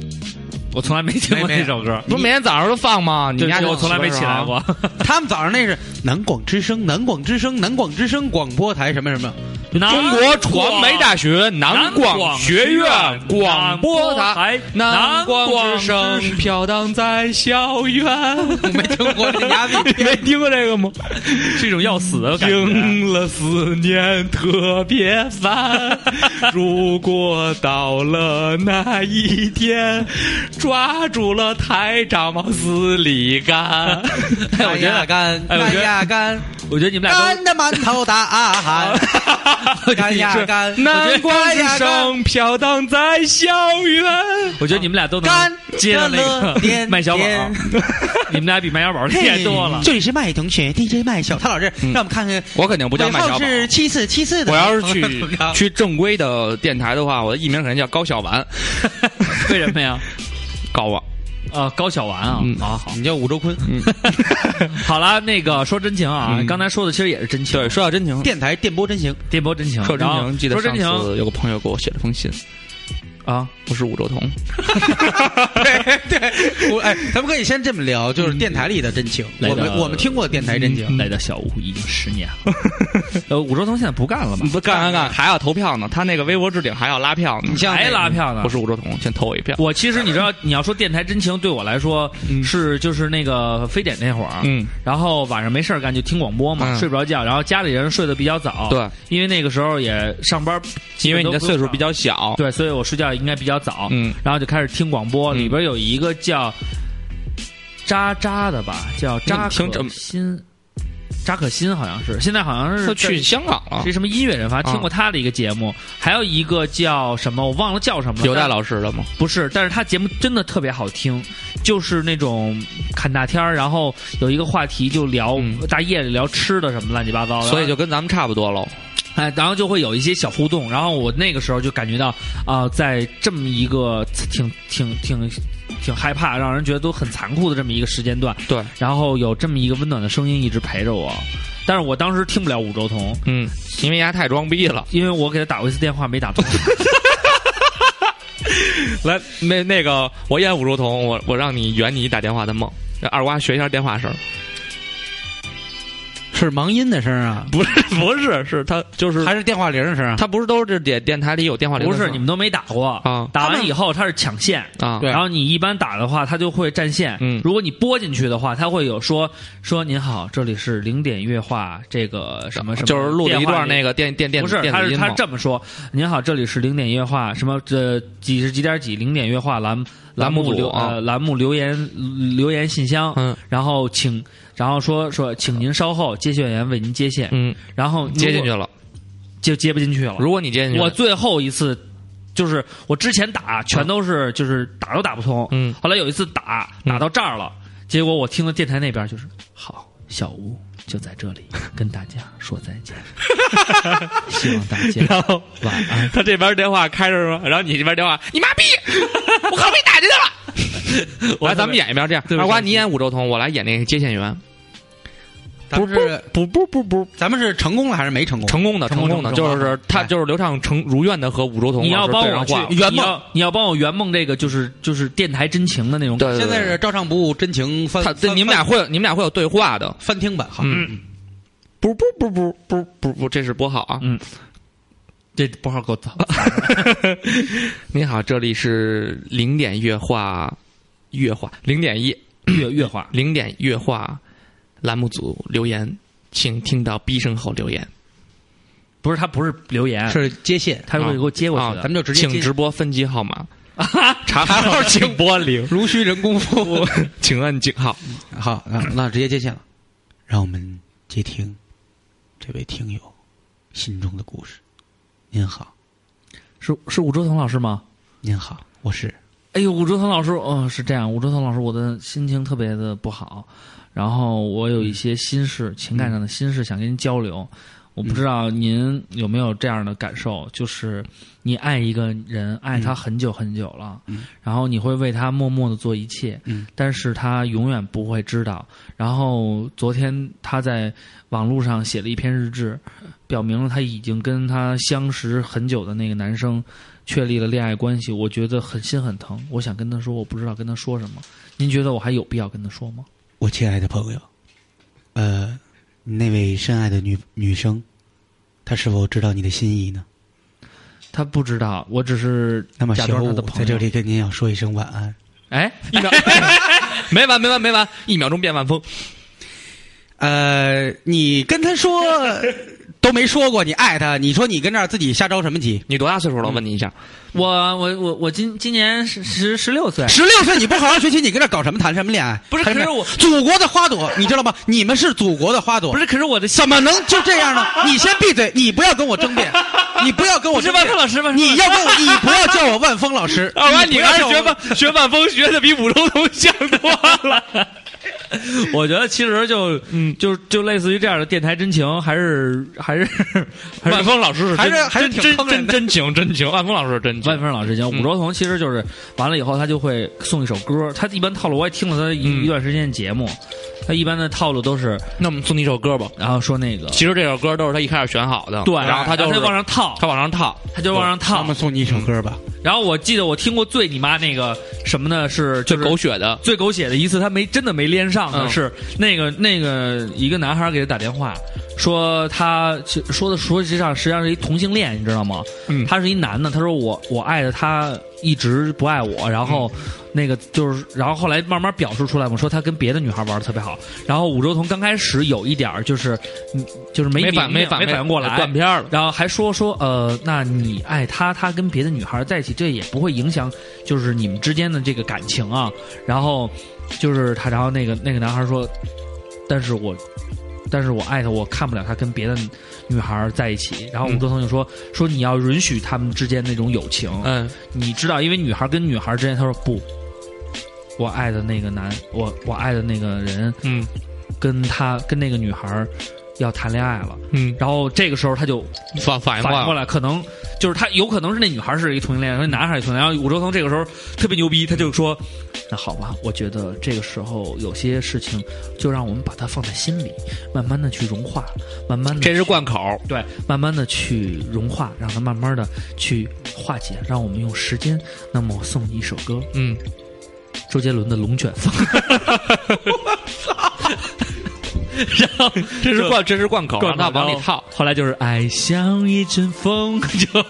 Speaker 2: 我从来没听过
Speaker 1: 没没
Speaker 2: 那首歌，
Speaker 3: 不是每天早上都放吗？你
Speaker 2: 对
Speaker 3: 家
Speaker 2: 我从来没起来。过。
Speaker 1: 他们早上那是南广之声，南广之声，南广之声广播台什么什么，
Speaker 2: 中
Speaker 3: 中国传媒大学南广学院广播台南
Speaker 2: 南
Speaker 3: 广
Speaker 2: 广
Speaker 3: 之声飘荡在校园。
Speaker 1: 没听过这牙逼。
Speaker 3: 你没听过这个吗？
Speaker 2: 是一种要死的感觉。啊
Speaker 3: 听了思念特别烦， 如果到了那一天，抓住了台长往死里 干。
Speaker 2: 哎，我觉得，
Speaker 1: 干，
Speaker 2: 哎我觉得
Speaker 1: 干，
Speaker 2: 我觉得你们俩都
Speaker 1: 干的馒头大 汗，干呀干，
Speaker 3: 南光之
Speaker 1: 哎干呀干
Speaker 3: 声飘荡在校园。
Speaker 2: 我觉得你们俩都能
Speaker 1: 干
Speaker 2: 接上那
Speaker 1: 干 了
Speaker 2: 个
Speaker 1: 点
Speaker 2: 麦小宝
Speaker 1: 点，
Speaker 2: 你们俩比麦小宝厉害多了。
Speaker 1: 这里是麦同学，DJ 麦小，他老是让我们看看，
Speaker 3: 我肯定不叫麦小
Speaker 1: 尾号
Speaker 3: 宝。
Speaker 1: 是七四七四的。
Speaker 3: 我要是
Speaker 1: 怎
Speaker 3: 去
Speaker 1: 么样
Speaker 3: 去正规的电台的话，我的艺名肯定叫高小丸，
Speaker 2: 为什么呀？
Speaker 3: 高啊，
Speaker 2: 啊，高小丸啊，
Speaker 3: 嗯
Speaker 2: 好好
Speaker 1: 你叫武周坤，
Speaker 2: 好了，那个说真情啊，
Speaker 3: 嗯
Speaker 2: 刚才说的其实也是真情，
Speaker 3: 对，说到真情，
Speaker 1: 电台电波真行，
Speaker 2: 电波真情，
Speaker 3: 说真
Speaker 2: 然后
Speaker 3: 情，记得
Speaker 2: 说真
Speaker 3: 上
Speaker 2: 情
Speaker 3: 次有个朋友给我写了封信，
Speaker 2: 啊，
Speaker 3: 不是武周彤，
Speaker 1: 我哎，咱们可以先这么聊，就是电台里的真情。
Speaker 2: 来
Speaker 1: 我
Speaker 2: 的
Speaker 1: 们我们听过电台真情，
Speaker 2: 来到嗯小吴已经十年 了，呃，武周彤现在不干了吧
Speaker 3: 你？不干干干还要投票呢，他那个微博置顶还要拉票呢，
Speaker 2: 还拉票呢
Speaker 3: 不？是武周彤，先投我一票，
Speaker 2: 我其实你知道，你要说电台真情，对我来说是就是那个非典那会儿，啊
Speaker 3: 嗯，
Speaker 2: 然后晚上没事儿干就听广播嘛，
Speaker 3: 嗯
Speaker 2: 睡不着觉，然后家里人睡得比较早，
Speaker 3: 对，嗯
Speaker 2: 因为那个时候也上班，
Speaker 3: 啊因为你的岁数比
Speaker 2: 较
Speaker 3: 较小，
Speaker 2: 对，所以我睡觉应该比较早，
Speaker 3: 嗯，
Speaker 2: 然后就开始听广播，
Speaker 3: 嗯
Speaker 2: 里边有一个叫渣渣的吧，叫
Speaker 3: 那
Speaker 2: 扎
Speaker 3: 你听
Speaker 2: 可欣，扎可欣好像是，现在好像是
Speaker 3: 他去香港了
Speaker 2: 是，什么音乐人，反正
Speaker 3: 啊
Speaker 2: 听过他的一个节目，还有一个叫什么我忘了叫什么了，
Speaker 3: 有戴
Speaker 2: 但
Speaker 3: 老师的吗？
Speaker 2: 不是，但是他节目真的特别好听，就是那种侃大天儿，然后有一个话题就聊、
Speaker 3: 嗯
Speaker 2: 大夜里聊吃的什么乱七八糟的，
Speaker 3: 所以就跟咱们差不多喽，
Speaker 2: 哎，然后就会有一些小互动，然后我那个时候就感觉到啊、在这么一个挺挺挺挺害怕，让人觉得都很残酷的这么一个时间段，
Speaker 3: 对，
Speaker 2: 然后有这么一个温暖的声音一直陪着我，但是我当时听不了五洲同，
Speaker 3: 嗯，因为丫太装逼了。
Speaker 2: 因为我给他打过一次电话没打通，
Speaker 3: 来，那那个，我演武周彤，我我让你圆你打电话的梦。二瓜学一下电话声，
Speaker 1: 是盲音的声啊，
Speaker 3: 不是 不是，是他就是
Speaker 1: 还是电话铃的声啊？
Speaker 3: 他不是都是这电电台里有电话铃
Speaker 2: 不
Speaker 3: 的
Speaker 2: 是
Speaker 3: 吗
Speaker 2: 你们都没打过，
Speaker 3: 啊
Speaker 2: 打完以后他是抢线。
Speaker 3: 啊
Speaker 1: 对
Speaker 2: 然后你一般打的话，他就会占线。
Speaker 3: 嗯
Speaker 2: 如果你拨进去的话，他会有说说您好，这里是零点乐话，这个什么什么，
Speaker 3: 就是录了一段那
Speaker 2: 个。
Speaker 3: 个电电电
Speaker 2: 不是，
Speaker 3: 电
Speaker 2: 他
Speaker 3: 子
Speaker 2: 是
Speaker 3: 音
Speaker 2: 他
Speaker 3: 嘛
Speaker 2: 这么说：“您好，这里是零点乐话，什么这几十几点几零点乐话栏栏
Speaker 3: 栏
Speaker 2: 目
Speaker 3: 目组
Speaker 2: 留
Speaker 3: 啊
Speaker 2: 呃栏目留言留言信箱，
Speaker 3: 嗯
Speaker 2: 然后请然后说说请您稍后接线员为您接线，
Speaker 3: 嗯
Speaker 2: 然后
Speaker 3: 接进去
Speaker 2: 了
Speaker 3: 了。
Speaker 2: 就接不进去了。
Speaker 3: 如果你接进去了，
Speaker 2: 我最后一次就是我之前打全都是就是打都打不通，
Speaker 3: 嗯
Speaker 2: 后来有一次打
Speaker 3: 嗯
Speaker 2: 打到这儿了，结果我听到电台那边就是好，小吴就在这里 跟大家说再见，希望大家
Speaker 3: 然后
Speaker 2: 晚安。
Speaker 3: 他这边电话开着是吧？然后你这边电话，你妈 逼，我何必打进去 了？来，咱们演一遍这样，
Speaker 2: 对不起
Speaker 3: 二瓜你演五周彤，我来演那个接线员，
Speaker 1: 咱们是
Speaker 3: 不不不不，
Speaker 1: 咱们是成功了还是没成功？
Speaker 3: 成功的
Speaker 2: 成功
Speaker 3: 功的，
Speaker 2: 成功
Speaker 3: 就是他
Speaker 1: 哎
Speaker 3: 就是刘畅成如愿的和五周彤
Speaker 2: 你要
Speaker 3: 老师
Speaker 2: 帮
Speaker 3: 对
Speaker 2: 我
Speaker 3: 上
Speaker 2: 去
Speaker 3: 话了
Speaker 2: 圆梦，你要你要帮我圆梦这个就是就是电台真情的那种感
Speaker 3: 对，对
Speaker 1: 现在
Speaker 3: 对
Speaker 1: 是照唱不误，真情翻
Speaker 3: 他，
Speaker 1: 翻
Speaker 3: 你们俩会你们俩会有对话的，
Speaker 1: 翻听版，好，
Speaker 3: 嗯，不不不不不不不，这是拨号啊！
Speaker 2: 觉，这不好够脏。
Speaker 3: 你好，这里是零点乐话，乐话零点一
Speaker 2: 月月话，
Speaker 3: 零点乐话栏目组留言，请听到逼声后留言，
Speaker 2: 不是他不是留言，
Speaker 1: 是接线，
Speaker 2: 他会给我接过去
Speaker 3: 啊
Speaker 2: 的。
Speaker 1: 咱们就直接
Speaker 3: 请
Speaker 1: 接
Speaker 3: 直播分机号码， 查房号请拨零，
Speaker 1: 如需人工服务。
Speaker 3: 请按井号。
Speaker 1: 好，啊那直接接线了，让我们接听这位听友心中的故事。您好，
Speaker 2: 是是武周彤老师吗？
Speaker 1: 您好，我是
Speaker 2: 哎呦，武周腾老师，哦，是这样，武周腾老师，我的心情特别的不好，然后我有一些心事，情感上的心事想跟您交流。我不知道您有没有这样的感受，就是你爱一个人，爱他很久很久了，然后你会为他默默的做一切，
Speaker 1: 嗯
Speaker 2: 但是他永远不会知道。然后昨天他在网络上写了一篇日志，表明了他已经跟他相识很久的那个男生确立了恋爱关系，我觉得很心很疼。我想跟他说，我不知道跟他说什么。您觉得我还有必要跟他说吗？
Speaker 1: 我亲爱的朋友，呃，那位深爱的女女生，他是否知道你的心意呢？
Speaker 2: 他不知道，我只是
Speaker 1: 那么
Speaker 2: 假
Speaker 1: 小
Speaker 2: 装他
Speaker 1: 五
Speaker 2: 的朋
Speaker 1: 在
Speaker 2: 友。
Speaker 1: 这里跟您要说一声晚安。
Speaker 2: 哎，
Speaker 3: 一秒没完没完没完，一秒钟变万峰。
Speaker 1: 呃，你跟他 说都没说过，你爱他，你说你跟这儿自己瞎着什么急？
Speaker 3: 你多大岁数了？我问你一下，
Speaker 2: 我我我我今今年十十十六岁，
Speaker 1: 十六岁你不好好学习，你跟这儿搞什么谈什么恋爱？
Speaker 2: 不是
Speaker 1: 谈什么
Speaker 2: 可是我
Speaker 1: 祖国的花朵，你知道吗？你们是祖国的花朵，
Speaker 2: 不是？可是我的
Speaker 1: 怎么能就这样呢？你先闭嘴，你不要跟我争 辩，你不要跟我
Speaker 2: 不是
Speaker 1: 争辩
Speaker 2: 万峰老师吗是
Speaker 1: 你
Speaker 2: 吧
Speaker 1: 要 跟我，你不要叫我万峰老 师，
Speaker 3: 要不然啊你
Speaker 1: 不要
Speaker 3: 刚才
Speaker 1: 叫我
Speaker 3: 学万学万峰学的比五洲同像多了。
Speaker 2: 我觉得其实就嗯，就就类似于这样的电台真情，还是还是还是
Speaker 3: 万峰老师是
Speaker 1: 还是
Speaker 3: 真
Speaker 1: 还是挺
Speaker 3: 真
Speaker 1: 坑人
Speaker 3: 真
Speaker 1: 的
Speaker 3: 真情真情，万峰老师是真情。嗯
Speaker 2: 万峰老师讲，五洲同其实就是完了以后，他就会送一首歌。他一般套路我也听了他一、
Speaker 3: 嗯
Speaker 2: 一段时间的节目，他一般的套路都是，
Speaker 3: 那我们送你一首歌吧。
Speaker 2: 然后说那个
Speaker 3: 其实这首歌都是他一开始选好的，
Speaker 2: 对，
Speaker 3: 然后他就
Speaker 2: 然
Speaker 3: 是
Speaker 2: 后往上套，
Speaker 3: 他往上套，
Speaker 2: 他就往上
Speaker 1: 他
Speaker 2: 套
Speaker 1: 们。送你一首歌吧。
Speaker 2: 然后我记得我听过最你妈那个什么呢？是
Speaker 3: 最
Speaker 2: 就是
Speaker 3: 狗血的。
Speaker 2: 最狗血的一次，他没真的没连上的
Speaker 3: 嗯
Speaker 2: 是、那个那个一个男孩给他打电话，说他其说的说实际上实际上是一同性恋，你知道吗？
Speaker 3: 嗯
Speaker 2: 他是一男的，他说我我爱的他一直不爱我，然后
Speaker 3: 嗯
Speaker 2: 那个就是然后后来慢慢表述出来嘛，说他跟别的女孩玩的特别好，然后武周彤刚开始有一点儿就是嗯就是没
Speaker 3: 没
Speaker 2: 明
Speaker 3: 反没反
Speaker 2: 没反应过来，
Speaker 3: 断片了。
Speaker 2: 然后还说说呃，那你爱他，他跟别的女孩在一起，这也不会影响就是你们之间的这个感情啊。然后就是他，然后那个那个男孩说，但是我。但是我爱他，我看不了他跟别的女孩在一起。然后
Speaker 3: 嗯
Speaker 2: 吴卓彤就说、说你要允许他们之间那种友情，
Speaker 3: 嗯，
Speaker 2: 你知道，因为女孩跟女孩之间，他说不，我爱的那个男，我我爱的那个人，
Speaker 3: 嗯，
Speaker 2: 跟他跟那个女孩要谈恋爱了。
Speaker 3: 嗯，
Speaker 2: 然后这个时候他就
Speaker 3: 反反应
Speaker 2: 反
Speaker 3: 过
Speaker 2: 应
Speaker 3: 来
Speaker 2: 过
Speaker 3: 了，
Speaker 2: 来，可能就是他有可能是那女孩是一同性恋，然后男孩是一同性恋。然后武周彤这个时候特别牛逼，他就说：“那好吧，我觉得这个时候有些事情就让我们把它放在心里，慢慢的去融化，慢慢的
Speaker 3: 这是贯口。
Speaker 2: 对，慢慢的去融化，让它慢慢的去化解，让我们用时间。那么我送你一首歌，
Speaker 3: 嗯，
Speaker 2: 周杰伦的《龙卷风》。
Speaker 3: 这是贯这是贯口，
Speaker 2: 灌
Speaker 3: 让他
Speaker 2: 到
Speaker 3: 往里套。。
Speaker 2: 后来就是爱像一阵风，就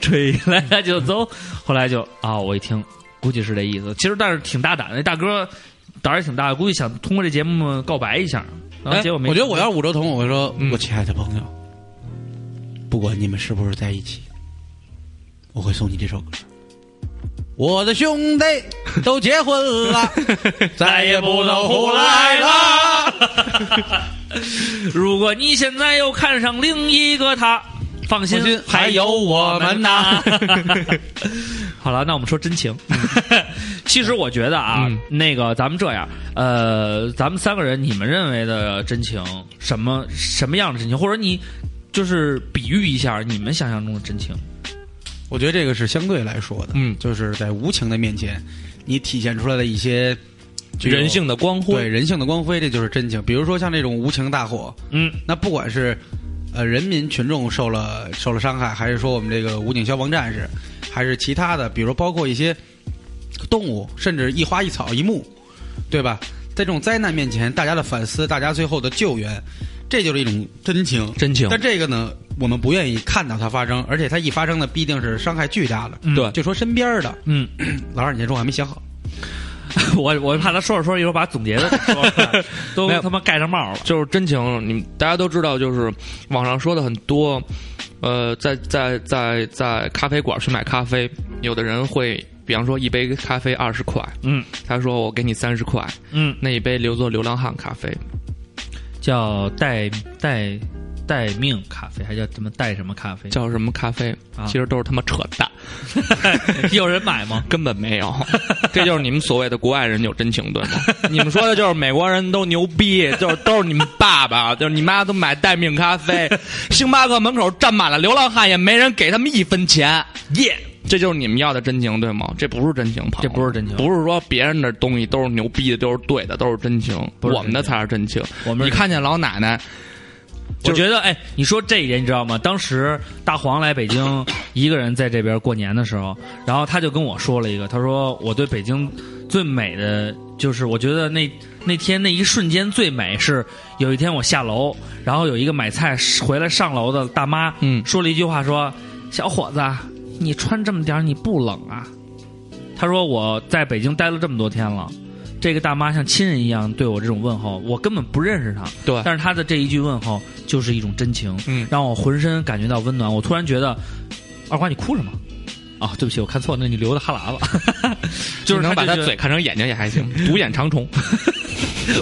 Speaker 2: 吹来就 走。后来就啊、我一听，估计是这意思。其实但是挺大胆的，那大哥胆儿也挺大，估计想通过这节目告白一下，然后
Speaker 1: 哎
Speaker 2: 结果没。
Speaker 1: 我觉得我要是五洲同，我会说
Speaker 3: 嗯，
Speaker 1: 我亲爱的朋友，不管你们是不是在一起，我会送你这首歌。我的兄弟都结婚 了，再也不能胡来了。
Speaker 2: 如果你现在又看上另一个他，放心，
Speaker 1: 放心还有
Speaker 2: 我
Speaker 1: 们呐。
Speaker 2: 好了，那我们说真情。 其实我觉得啊，
Speaker 3: 嗯
Speaker 2: 那个咱们这样，呃，咱们三个人，你们认为的真情，什么什么样的真情，或者你就是比喻一下你们想象中的真情。
Speaker 1: 我觉得这个是相对来说的，
Speaker 3: 嗯
Speaker 1: 就是在无情的面前，你体现出来的一些具有
Speaker 3: 人性的光
Speaker 1: 对
Speaker 3: 辉，
Speaker 1: 人性的光辉，这就是真情。比如说像这种无情大火，
Speaker 2: 嗯，
Speaker 1: 那不管是呃人民群众受了受了伤害，还是说我们这个武警消防战士，还是其他的，比如说包括一些动物，甚至一花一草一木，对吧？在这种灾难面前，大家的反思，大家最后的救援，这就是一种真情。
Speaker 3: 真情。
Speaker 1: 但这个呢，我们不愿意看到它发生，而且它一发生呢，必定是伤害巨大的。
Speaker 2: 嗯
Speaker 3: 对
Speaker 1: 就说身边的，
Speaker 2: 嗯，
Speaker 1: 老二，你这说我还没想好。
Speaker 2: 我我怕他说着说着一会儿把总结的给 说出 来，都
Speaker 3: 没有
Speaker 2: 他妈盖上帽了。
Speaker 3: 就是真情，你们大家都知道，就是网上说的很多，呃，在在在在咖啡馆去买咖啡，有的人会，比方说一杯咖啡二十块，
Speaker 2: 嗯
Speaker 3: 他说我给你三十块，
Speaker 2: 嗯，
Speaker 3: 那一杯留作流浪汉咖啡，
Speaker 2: 叫待待待命咖啡，还叫什么待什么咖啡？
Speaker 3: 叫什么咖啡？
Speaker 2: 啊
Speaker 3: 其实都是他妈扯淡，
Speaker 2: 有人买吗？
Speaker 3: 根本没有。这就是你们所谓的国外人有真情，对吗？你们说的就是美国人都牛逼，就是都是你们爸爸，就是你妈都买待命咖 啡，星巴克门口站满了流浪汉，也没人给他们一分钱，耶、这就是你们要的真情，对吗？这不是真情，朋
Speaker 2: 这
Speaker 3: 友
Speaker 2: 不是真情
Speaker 3: 不是说别人的东西都是牛逼的，都是对的，都是真情，
Speaker 2: 不是真情
Speaker 3: 我们的才是真情。
Speaker 2: 我们
Speaker 3: 你
Speaker 2: 是
Speaker 3: 看见老奶奶，
Speaker 2: 我
Speaker 3: 就是
Speaker 2: 觉得，哎，你说这一点你知道吗？当时大黄来北 京一个人在这边过年的时候，然后他就跟我说了一个，他说我对北京最美的就是我觉得那那天那一瞬间最美是有一天我下楼，然后有一个买菜回来上楼的大妈，
Speaker 3: 嗯
Speaker 2: 说了一句话说：“小伙子，你穿这么点儿你不冷啊？”他说：“我在北京待了这么多天了。”这个大妈像亲人一样对我这种问候，我根本不认识她，
Speaker 3: 对
Speaker 2: 但是她的这一句问候就是一种真情，
Speaker 3: 嗯
Speaker 2: 让我浑身感觉到温暖。我突然觉得，二瓜你哭什么？啊，对不起，我看错，了，那你流的哈喇子， 就是
Speaker 3: 你能把
Speaker 2: 她就觉
Speaker 3: 他
Speaker 2: 得
Speaker 3: 嘴看成眼睛也还行， 独眼长虫。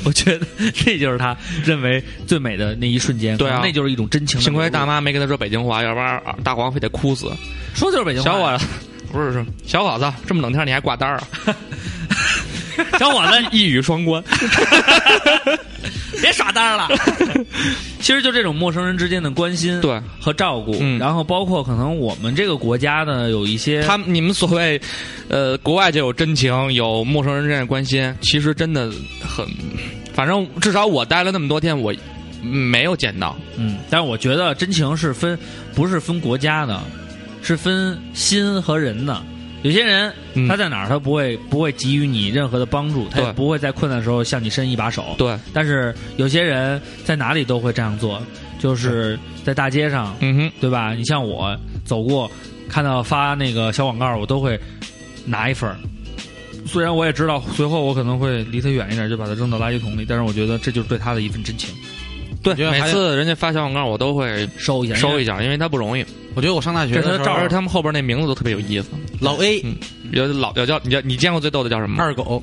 Speaker 2: 我觉得这就是他认为最美的那一瞬间，
Speaker 3: 对啊
Speaker 2: 可能那就是一种真情。
Speaker 3: 幸亏大，妈没跟他说北京话，要不然大黄非得哭死。
Speaker 2: 说的就是北京话
Speaker 3: 小 伙子，不是是小伙子，这么冷天你还挂单儿啊？
Speaker 2: 小伙子，
Speaker 3: 一语双关。
Speaker 2: 别耍单了。 其实就这种陌生人之间的关心，
Speaker 3: 对
Speaker 2: 和照顾，
Speaker 3: 嗯
Speaker 2: 然后包括可能我们这个国家呢有一些
Speaker 3: 他们你们所谓，呃，国外就有真情，有陌生人之间的关心，其实真的很，反正至少我待了那么多天，我没有见到。
Speaker 2: 嗯，但是我觉得真情是分不是分国家的，是分心和人的。有些人
Speaker 3: 嗯
Speaker 2: 他在哪儿，他不会不会给予你任何的帮助，他也
Speaker 3: 对
Speaker 2: 不会在困难的时候向你伸一把手。
Speaker 3: 对，
Speaker 2: 但是有些人在哪里都会这样做，就是在大街上，
Speaker 3: 嗯哼，
Speaker 2: 对吧？你像我走过，看到发那个小广告，我都会拿一份儿。虽然我也知道随后我可能会离他远一点，就把它扔到垃圾桶里，但是我觉得这就是对他的一份真情，
Speaker 3: 对
Speaker 1: 我觉，得
Speaker 3: 每
Speaker 1: 还
Speaker 3: 次人家发小广告，我都会
Speaker 2: 收一下，
Speaker 3: 收
Speaker 2: 一
Speaker 3: 一下，因为他不容易。
Speaker 1: 我觉得我上大学
Speaker 3: 这
Speaker 1: 的
Speaker 3: 他
Speaker 1: 时
Speaker 3: 照
Speaker 1: 候
Speaker 3: 着，他嗯们后边那名字都特别有意思。
Speaker 1: 老 A
Speaker 3: 有老有叫你叫你见过最逗的叫什么？
Speaker 1: 二狗，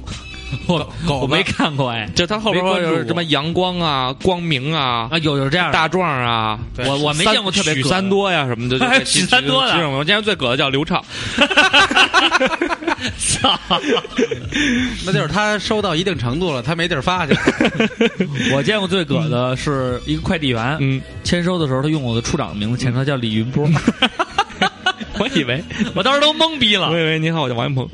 Speaker 2: 我
Speaker 1: 狗
Speaker 2: 我
Speaker 1: 吧
Speaker 2: 没看过哎
Speaker 3: 就他后边说
Speaker 2: 没关注
Speaker 3: 有什么阳光啊、光明啊、
Speaker 2: 啊，有有这样的，
Speaker 3: 大壮啊，
Speaker 1: 对
Speaker 2: 我我没
Speaker 3: 三
Speaker 2: 见过特别
Speaker 3: 许
Speaker 2: 葛
Speaker 3: 三多呀什么的，就
Speaker 2: 还有许三多呢
Speaker 3: 呢。我见过最葛的叫刘畅，
Speaker 2: 操，
Speaker 1: 那就是他收到一定程度了，他没地儿发去。
Speaker 2: 我见过最葛的是一个快递员，
Speaker 3: 嗯，
Speaker 2: 签收的时候他用我的处长的名字签，他叫李云波，
Speaker 3: 我以为
Speaker 2: 我当时都懵逼了
Speaker 3: 我。以为你好，我叫王云鹏。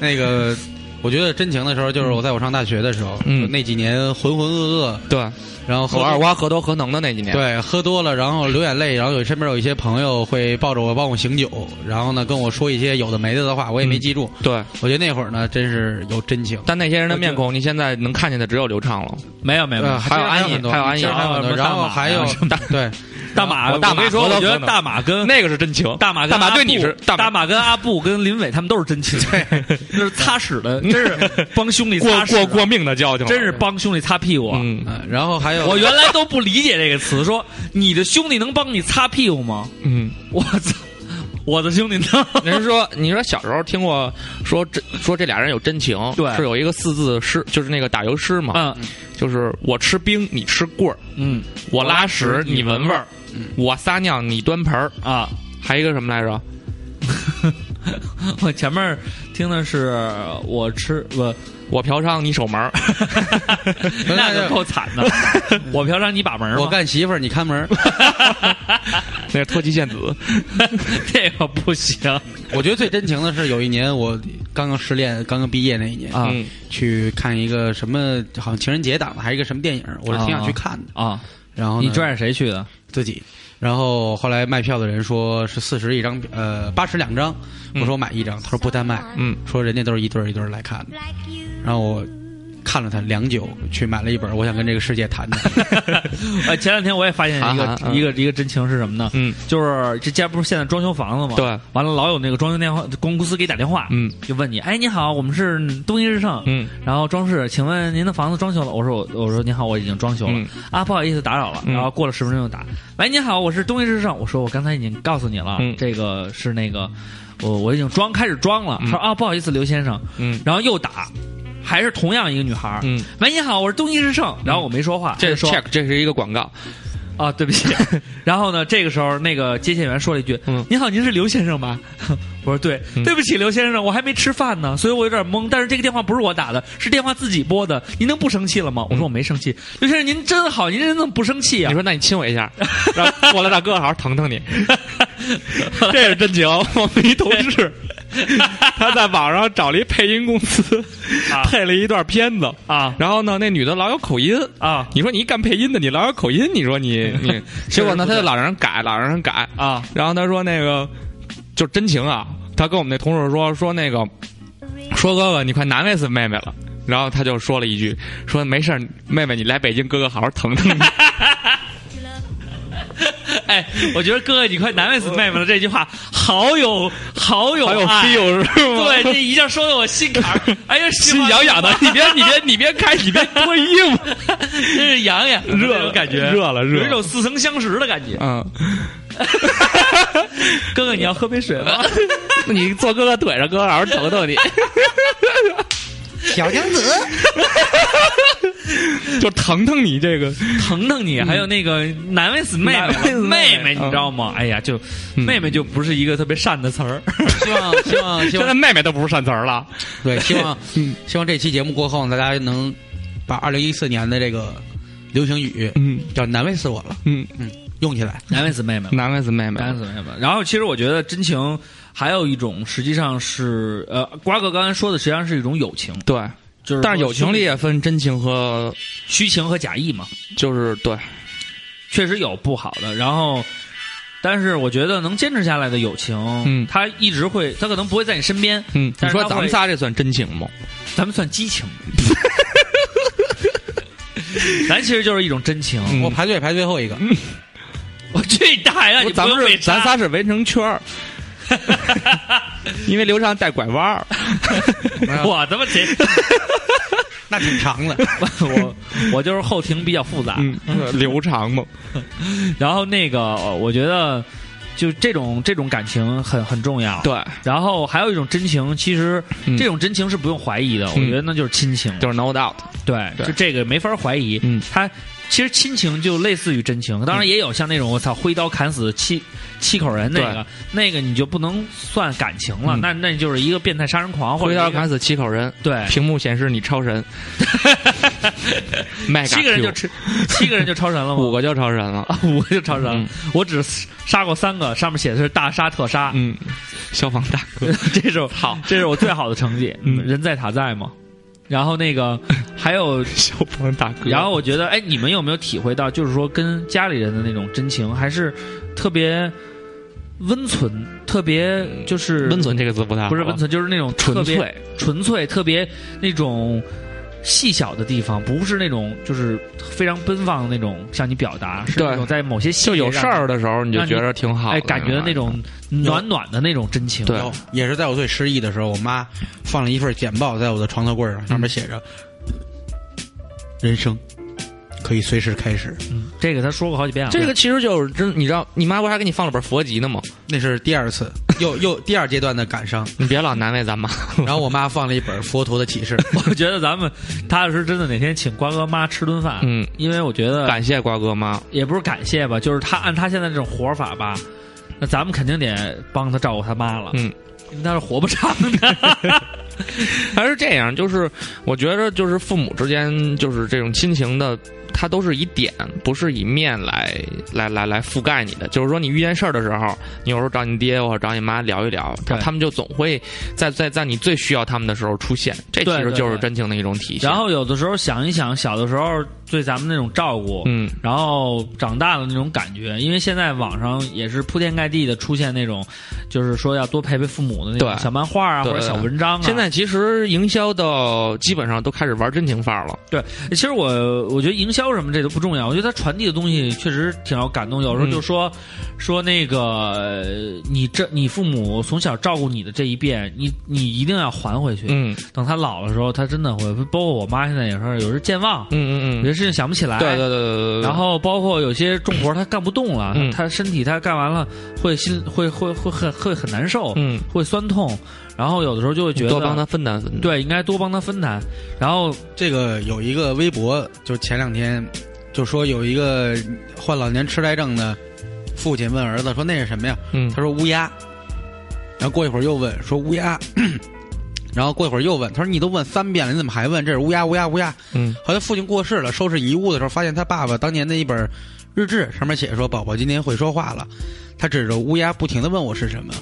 Speaker 1: 那个，我觉得真情的时候，就是我在我上大学的时候，
Speaker 3: 嗯
Speaker 1: 就那几年浑浑噩噩，
Speaker 3: 对，
Speaker 1: 然后喝
Speaker 3: 我二瓜何德何能的那几年，，
Speaker 1: 对，喝多了，然后流眼泪，然后有身边有一些朋友会抱着我帮我醒酒，然后呢跟我说一些有的没的的话，我也
Speaker 3: 嗯
Speaker 1: 没记住。
Speaker 3: 对，
Speaker 1: 我觉得那会儿呢，真是有真情。
Speaker 3: 但那些人的面孔，你现在能看见的只有刘畅了。
Speaker 2: 没有没有没有
Speaker 1: 呃，，
Speaker 3: 嗯还有安逸
Speaker 1: 很多，
Speaker 3: 还有安逸
Speaker 1: 其实还有很多，
Speaker 2: 还有什么
Speaker 1: 然
Speaker 2: 大
Speaker 1: 后
Speaker 2: 马
Speaker 1: 还有
Speaker 2: 呀什么
Speaker 1: 对，
Speaker 2: 大马，
Speaker 3: 我大马
Speaker 2: 我跟你说，
Speaker 3: 我
Speaker 2: 我
Speaker 3: 都
Speaker 2: 觉得
Speaker 3: 可能
Speaker 2: 大马跟
Speaker 3: 那个是真情，
Speaker 2: 大马跟
Speaker 3: 嗯大马
Speaker 2: 阿
Speaker 3: 对你
Speaker 2: 布
Speaker 3: 是大马
Speaker 2: 大马跟阿布跟林伟他们都是真情，对， 那是擦屎的，真是帮兄弟
Speaker 3: 嗯过
Speaker 2: 擦屎
Speaker 3: 过
Speaker 2: 的，
Speaker 3: 过命的交情，
Speaker 2: 真是帮兄弟擦屁股。啊
Speaker 3: 嗯，
Speaker 1: 嗯，然后还有
Speaker 2: 我原来都不理解这个词，说你的兄弟能帮你擦屁股吗？
Speaker 3: 嗯。
Speaker 2: 我操，我的兄弟呢？
Speaker 3: 人说， 你说小时候听过说这说这俩人有真情，
Speaker 2: 对
Speaker 3: 是有一个四字诗，就是那个打油诗嘛，
Speaker 2: 嗯
Speaker 3: 就是我吃冰你吃棍儿，
Speaker 2: 嗯
Speaker 3: 我拉屎你闻味儿
Speaker 1: 嗯，
Speaker 3: 我撒尿你端盆儿，
Speaker 2: 啊，
Speaker 3: 还有一个什么来着？
Speaker 2: 我前面听的是我吃我
Speaker 3: 我嫖娼你守门儿，
Speaker 2: 那就够惨 的，我嫖娼你把门儿吗
Speaker 1: 我干媳妇儿，你看门儿。
Speaker 3: 那是脱妻献子。
Speaker 2: 这个不行
Speaker 1: 我觉得最真情的是有一年我刚刚失恋，刚刚毕业那一年，
Speaker 2: 啊
Speaker 3: 嗯
Speaker 1: 去看一个什么，好像情人节档的，还是一个什么电影，我是挺想去看的。
Speaker 2: 啊！
Speaker 1: 然后呢
Speaker 2: 你拽着谁去的？
Speaker 1: 自己。然后后来卖票的人说是四十一张，呃，八十两张。我说我买一张，他说不单卖，
Speaker 3: 嗯，
Speaker 1: 说人家都是一对儿一对儿来看的。然后我看了他良久，去买了一本《我想跟这个世界谈谈》。
Speaker 2: 哎，前两天我也发现一个、
Speaker 3: 韩寒嗯
Speaker 2: 一个一个真情是什么呢？
Speaker 3: 嗯，
Speaker 2: 就是这家不是现在装修房子吗？
Speaker 3: 对，
Speaker 2: 完了老有那个装修电话公公司给你打电话，
Speaker 3: 嗯
Speaker 2: 就问你，哎，你好，我们是东一日盛，
Speaker 3: 嗯
Speaker 2: 然后装饰，请问您的房子装修了？我说我我说您好，我已经装修了、
Speaker 3: 嗯
Speaker 2: 啊，不好意思打扰了。
Speaker 3: 嗯
Speaker 2: 然后过了十分钟又打，喂，您好，我是东一日盛，我说我刚才已经告诉你了，
Speaker 3: 嗯
Speaker 2: 这个是那个我我已经装开始装了。他说啊，不好意思，刘先生，
Speaker 3: 嗯
Speaker 2: 然后又打，还是同样一个女孩儿，
Speaker 3: 嗯，
Speaker 2: 喂，你好，我是东一日盛，然后我没说话，
Speaker 3: 这
Speaker 2: 他
Speaker 3: 是
Speaker 2: 说
Speaker 3: check，这是一个广告。
Speaker 2: 啊，对不 起。然后呢，这个时候那个接线员说了一句：“
Speaker 3: 嗯
Speaker 2: 您好，您是刘先生吧？” 我说：“对，
Speaker 3: 嗯
Speaker 2: 对不起，刘先生，我还没吃饭呢，所以我有点懵。但是这个电话不是我打的，是电话自己拨的。您能不生气了
Speaker 3: 嗯
Speaker 2: 吗？”我说：“我没生气。”刘先生，您真好，您人怎么不生气
Speaker 3: 你
Speaker 2: 啊？
Speaker 3: 说，那你亲我一下，让过来大哥好好疼疼你。 这 是真情。我们一同事，他在网上找了一配音公司，
Speaker 2: 啊
Speaker 3: 配了一段片子。
Speaker 2: 啊
Speaker 3: 然后呢，那女的老有口音，
Speaker 2: 啊
Speaker 3: 你说你一干配音的，你老有口音，你说你 你，结果呢，他就老让人改，老让人改。
Speaker 2: 啊
Speaker 3: 然后他说那个就是真情啊，他跟我们那同事说说那个。说哥哥，你快难为死妹妹了。”然后他就说了一句：“说没事儿，妹妹，你来北京，哥哥好好疼疼你。
Speaker 2: 哎，我觉得哥哥你快难为死妹妹了，这句话好有好有
Speaker 3: 好有
Speaker 2: 爱
Speaker 3: feel 是吗
Speaker 2: 对，这一下说到我心坎儿，哎呀，
Speaker 3: 心痒痒的，你别你别你别开，你别脱衣服。
Speaker 2: 真是痒痒的
Speaker 3: 热
Speaker 2: 那种感觉，
Speaker 3: 热了热了
Speaker 2: 有一种似曾相识的感觉”。
Speaker 3: 嗯，
Speaker 2: 哥哥，你要喝杯水 吗？
Speaker 3: 你坐哥哥腿上，哥哥好好疼疼你。
Speaker 1: 小娘子，
Speaker 3: 就疼疼你这个，
Speaker 2: 疼疼你，还有那个难为死妹妹
Speaker 3: 难为
Speaker 2: 了，
Speaker 3: 死妹
Speaker 2: 妹
Speaker 3: 妹
Speaker 2: 妹，你知道吗？哎呀，就妹妹就不是一个特别善的词 儿，
Speaker 1: 希望希望希
Speaker 3: 现在
Speaker 1: 望
Speaker 3: 妹妹都不是善词儿了。
Speaker 1: 对，希 望
Speaker 3: 嗯
Speaker 1: 希望这期节目过后呢，大家能把二零一四年的这个流行语
Speaker 3: 嗯
Speaker 1: 叫难为死我了，
Speaker 3: 嗯，
Speaker 1: 嗯，用起来。
Speaker 2: 难为死妹妹了。
Speaker 3: 难为死妹妹。
Speaker 2: 男子妹吧。然后其实我觉得真情还有一种，实际上是呃，瓜哥刚才说的实际上是一种友情，
Speaker 3: 对，
Speaker 2: 就是
Speaker 3: 但是友情里
Speaker 2: 里
Speaker 3: 也分真情和，
Speaker 2: 虚情和假意嘛，
Speaker 3: 就是对，
Speaker 2: 确实有不好的。然后，但是我觉得能坚持下来的友情，
Speaker 3: 嗯
Speaker 2: 他一直会，他可能不会在你身边，
Speaker 3: 嗯，你
Speaker 2: 但是
Speaker 3: 说
Speaker 2: 他
Speaker 3: 咱们
Speaker 2: 会
Speaker 3: 仨这算真情吗？
Speaker 2: 咱们算激情。 咱其实就是一种真情，
Speaker 3: 嗯
Speaker 1: 我排队排最后一个，
Speaker 2: 我这大呀，你
Speaker 3: 咱们
Speaker 2: 不用
Speaker 3: 是
Speaker 2: 被
Speaker 3: 咱
Speaker 2: 插
Speaker 3: 仨是围成 圈儿，因为刘畅带拐弯儿。
Speaker 2: 我他妈这，
Speaker 1: 那挺长的。
Speaker 2: 我我就是后庭比较复杂，
Speaker 3: 嗯，刘长嘛，
Speaker 2: 然后那个，呃我觉得就这种这种感情很很重要。，
Speaker 3: 对，
Speaker 2: 然后还有一种真情，其实
Speaker 3: 嗯
Speaker 2: 这种真情是不用怀疑的，我觉得那就是亲情。
Speaker 3: 就是 no doubt。
Speaker 2: 对，
Speaker 3: 对
Speaker 2: 就这个没法怀疑。
Speaker 3: 嗯，
Speaker 2: 他其实亲情就类似于真情，当然也有像那种我操挥刀砍死七七口人那个，那个你就不能算感情了，
Speaker 3: 嗯
Speaker 2: 那那就是一个变态杀人狂或者
Speaker 3: 挥
Speaker 2: 一个
Speaker 3: 刀
Speaker 2: 哎
Speaker 3: 砍死七口人，
Speaker 2: 对。
Speaker 3: 屏幕显示你 超神。麦
Speaker 2: 七个人就吃， 七个人就超神了吗？
Speaker 3: 五个就超神了。
Speaker 2: 啊，五个就超神了。
Speaker 3: 嗯
Speaker 2: 我只杀过三个，上面写的是大杀特杀。
Speaker 3: 嗯，消防大哥，
Speaker 2: 这是好，这是我最好的成绩。
Speaker 3: 嗯
Speaker 2: 人在塔在嘛。然后那个还有，
Speaker 3: 消防大哥。
Speaker 2: 然后我觉得，哎，你们有没有体会到，就是说跟家里人的那种真情，还是特别温存，特别就是
Speaker 3: 温，存这个字不太好，
Speaker 2: 不是温，存，就是那种特
Speaker 3: 纯
Speaker 2: 别
Speaker 3: 粹。
Speaker 2: 纯粹，特别那种。细小的地方，不是那种就是非常奔放的那种向你表达，是
Speaker 3: 对
Speaker 2: 那种在某些细
Speaker 3: 就
Speaker 2: 节
Speaker 3: 有事
Speaker 2: 让
Speaker 3: 儿的时候，你就
Speaker 2: 让你
Speaker 3: 觉得挺
Speaker 2: 你，
Speaker 3: 好的，
Speaker 2: 哎，感觉那种暖暖的那种真情。
Speaker 3: 对
Speaker 1: 有 也是在我最失意的时候，我妈放了一份简报在我的床头柜上，上
Speaker 3: 嗯
Speaker 1: 面写着：“人生可以随时开始。
Speaker 2: 嗯，这个他说过好几遍了。，
Speaker 3: 这个其实就是真，你知道，你妈不是还给你放了本佛籍呢吗？”
Speaker 1: 那是第二次，又又第二阶段的感 伤。
Speaker 3: 你别老难为咱妈。
Speaker 1: 然后我妈放了一本《佛陀的启示》
Speaker 2: 我觉得咱们踏踏实实真的哪天请瓜哥妈吃顿饭，
Speaker 3: 嗯，
Speaker 2: 因为我觉得
Speaker 3: 感谢瓜哥妈，
Speaker 2: 也不是感谢吧，就是他按他现在这种活法吧，那咱们肯定得帮他照顾他妈了，
Speaker 3: 嗯，
Speaker 2: 因为他是活不长 的。
Speaker 3: 还是这样，就是我觉得就是父母之间就是这种亲情的，它都是以点，不是以面来来来来覆盖你的。就是说，你遇见事儿的时候，你有时候找你爹或者找你妈聊一聊，他
Speaker 2: 对
Speaker 3: 他们就总会在在在你最需要他们的时候出现，这其
Speaker 2: 对
Speaker 3: 实
Speaker 2: 对
Speaker 3: 就是
Speaker 2: 对
Speaker 3: 真情的一种体现。
Speaker 2: 然，后有的时候想一想，小的时候对咱们那种照顾，
Speaker 3: 嗯，
Speaker 2: 然后长大了那种感觉，因为现在网上也是铺天盖地的出现那种，就是说要多陪陪父母的那种
Speaker 3: 对
Speaker 2: 小漫画啊，
Speaker 3: 对
Speaker 2: 或者小文章啊。
Speaker 3: 现在其实营销到基本上都开始玩真情范儿了。
Speaker 2: 对，其实我我觉得营销什么这都不重要，我觉得它传递的东西确实挺要感动。有时候
Speaker 3: 嗯
Speaker 2: 就说、说那个呃你这你父母从小照顾你的这一遍，你你一定要还回去。
Speaker 3: 嗯
Speaker 2: 等他老的时候，他真的会，包括我妈现在有时候有时候健忘，
Speaker 3: 嗯嗯
Speaker 2: 有
Speaker 3: 嗯，
Speaker 2: 些事情想不起来。
Speaker 3: 对对对对对对。
Speaker 2: 哎然后包括有些重活儿他干不动了，
Speaker 3: 嗯
Speaker 2: 他身体他干完了会心会会会很会很难受，
Speaker 3: 嗯，
Speaker 2: 会酸痛，然后有的时候就会觉得
Speaker 3: 多帮他分担分担。
Speaker 2: 对应该多帮他分担，然后
Speaker 1: 这个有一个微博，就前两天就说有一个患老年痴呆症的父亲问儿子说：“那是什么呀？”
Speaker 3: 嗯，
Speaker 1: 他说乌鸦，然后过一会儿又问说乌鸦， 然后过一会儿又问，他说你都问三遍了，你怎么还问？这是乌鸦乌鸦乌鸦。
Speaker 3: 嗯
Speaker 1: 后来父亲过世了，收拾遗物的时候，发现他爸爸当年的一本日志上面写说宝宝今天会说话了，他指着乌鸦不停的问我是什么，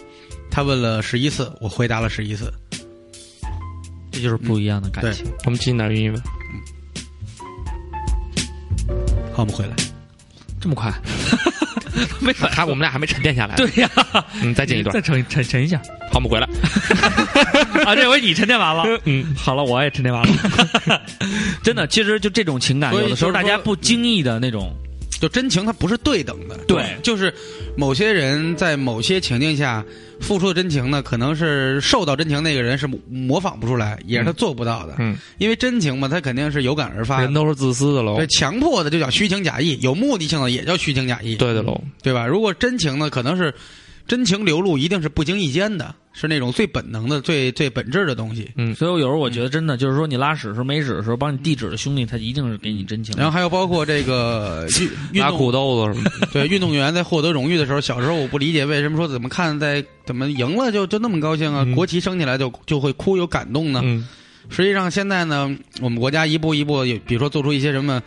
Speaker 1: 他问了十一次，我回答了十一次。
Speaker 2: 这就是不一样的感
Speaker 1: 对
Speaker 2: 情。
Speaker 3: 我们进点音乐。
Speaker 1: 好，我们回来。
Speaker 2: 这么快？ 没反
Speaker 3: 还我们俩还没沉淀下来。
Speaker 2: 对，呀、
Speaker 3: 嗯，再进一段
Speaker 2: 再，沉沉沉一下
Speaker 3: 好，我们回来。
Speaker 2: 啊！这回你沉淀完了，
Speaker 3: 嗯，
Speaker 2: 好了，我也沉淀完了。 真的，其实就这种情感，
Speaker 1: 所以
Speaker 2: 有的时候
Speaker 1: 就是
Speaker 2: 大
Speaker 1: 说
Speaker 2: 家不经意的那种，
Speaker 1: 就真情它不是对等的，
Speaker 2: 对
Speaker 1: 就是某些人在某些情境下付出的真情呢，可能是受到真情那个人是模模仿不出来，也是他做不到的，
Speaker 3: 嗯，
Speaker 1: 因为真情嘛，他肯定是有感而发
Speaker 3: 人
Speaker 1: 的，
Speaker 3: 都是自私的喽
Speaker 1: 嗯对，，强迫的就叫虚情假意，有目的性的也叫虚情假意，
Speaker 3: 对的喽，
Speaker 1: 对吧？如果真情呢，可能是真情流露，一定是不经意间的，是那种最本能的、最最本质的东西。
Speaker 2: 所以有时候我觉得真的就是说，你拉屎的时候没屎的时候，帮你递纸的兄弟，他一定是给你真情的。
Speaker 1: 然后还有包括这个运 运
Speaker 3: 拉
Speaker 1: 动
Speaker 3: 苦豆子什么的，
Speaker 1: 对运动员在获得荣誉的时候，小时候我不理解为什么说怎么看在怎么赢了就就那么高兴啊，
Speaker 3: 嗯
Speaker 1: 国旗升起来就就会哭有感动呢。
Speaker 3: 嗯
Speaker 1: 实际上现在呢，我们国家一步一步有，比如说做出一些什么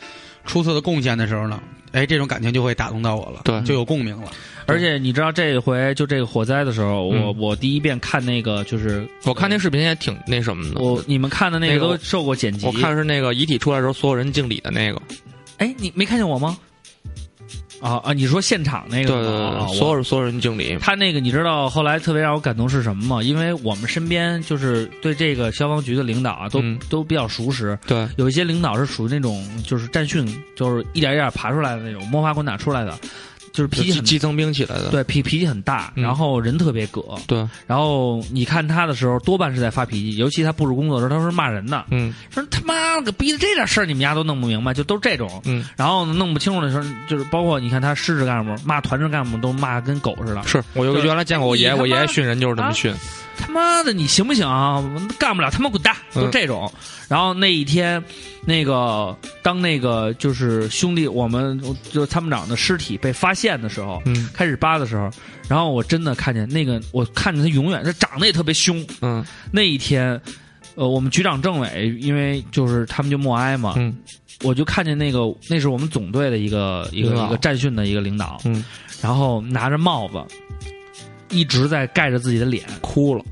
Speaker 1: 出色的贡献的时候呢，哎，这种感情就会打动到我了，
Speaker 3: 对
Speaker 1: 就有共鸣了。
Speaker 2: 而且你知道这回就这个火灾的时候，我、我第一遍看那个就是
Speaker 3: 我看那视频也挺那什么的，
Speaker 2: 我你们看的那
Speaker 3: 那
Speaker 2: 个
Speaker 3: 个
Speaker 2: 都
Speaker 3: 我
Speaker 2: 受过剪辑，
Speaker 3: 我看是那个遗体出来的时候，所有人敬礼的那个，
Speaker 2: 哎，你没看见我吗？啊啊！你说现场那
Speaker 3: 对
Speaker 2: 个
Speaker 3: 对
Speaker 2: 吗啊
Speaker 3: 对，
Speaker 2: 我
Speaker 3: 所有所有人敬礼，
Speaker 2: 他那个你知道后来特别让我感动是什么吗？因为我们身边就是对这个消防局的领导啊，都、
Speaker 3: 嗯
Speaker 2: 都比较熟识。
Speaker 3: 对，
Speaker 2: 有一些领导是属于那种就是战训，就是一点一点爬出来的那种，摸爬滚打出来的，就是脾气
Speaker 3: 基
Speaker 2: 很
Speaker 3: 基层兵起来的，
Speaker 2: 对脾脾气很大，
Speaker 3: 嗯
Speaker 2: 然后人特别葛。
Speaker 3: 对，
Speaker 2: 然后你看他的时候，多半是在发脾气，尤其他布置工作的时候，他是骂人的，
Speaker 3: 嗯
Speaker 2: 说他妈了个逼的这点事儿你们家都弄不明白，就都是这种。
Speaker 3: 嗯，
Speaker 2: 然后呢弄不清楚的时候，就是包括你看他师职干部骂团支干部都骂得跟狗似的，
Speaker 3: 是我有
Speaker 2: 对
Speaker 3: 原来见过我爷，
Speaker 2: 你他妈啊
Speaker 3: 我爷爷训人就是这么训，
Speaker 2: 他妈的，你行不行啊？我干不了，他妈滚蛋，
Speaker 3: 嗯
Speaker 2: 就这种。然后那一天，那个当那个就是兄弟，我们就是参谋长的尸体被发现的时候，
Speaker 3: 嗯
Speaker 2: 开始扒的时候，然后我真的看见那个，我看见他永远，他长得也特别凶。
Speaker 3: 嗯
Speaker 2: 那一天，呃，我们局长、政委，因为就是他们就默哀嘛，
Speaker 3: 嗯
Speaker 2: 我就看见那个，那是我们总队的一个一个
Speaker 3: 领导
Speaker 2: 一个战训的一个领导，
Speaker 3: 嗯，
Speaker 2: 然后拿着帽子，一直在盖着自己的脸，哭了。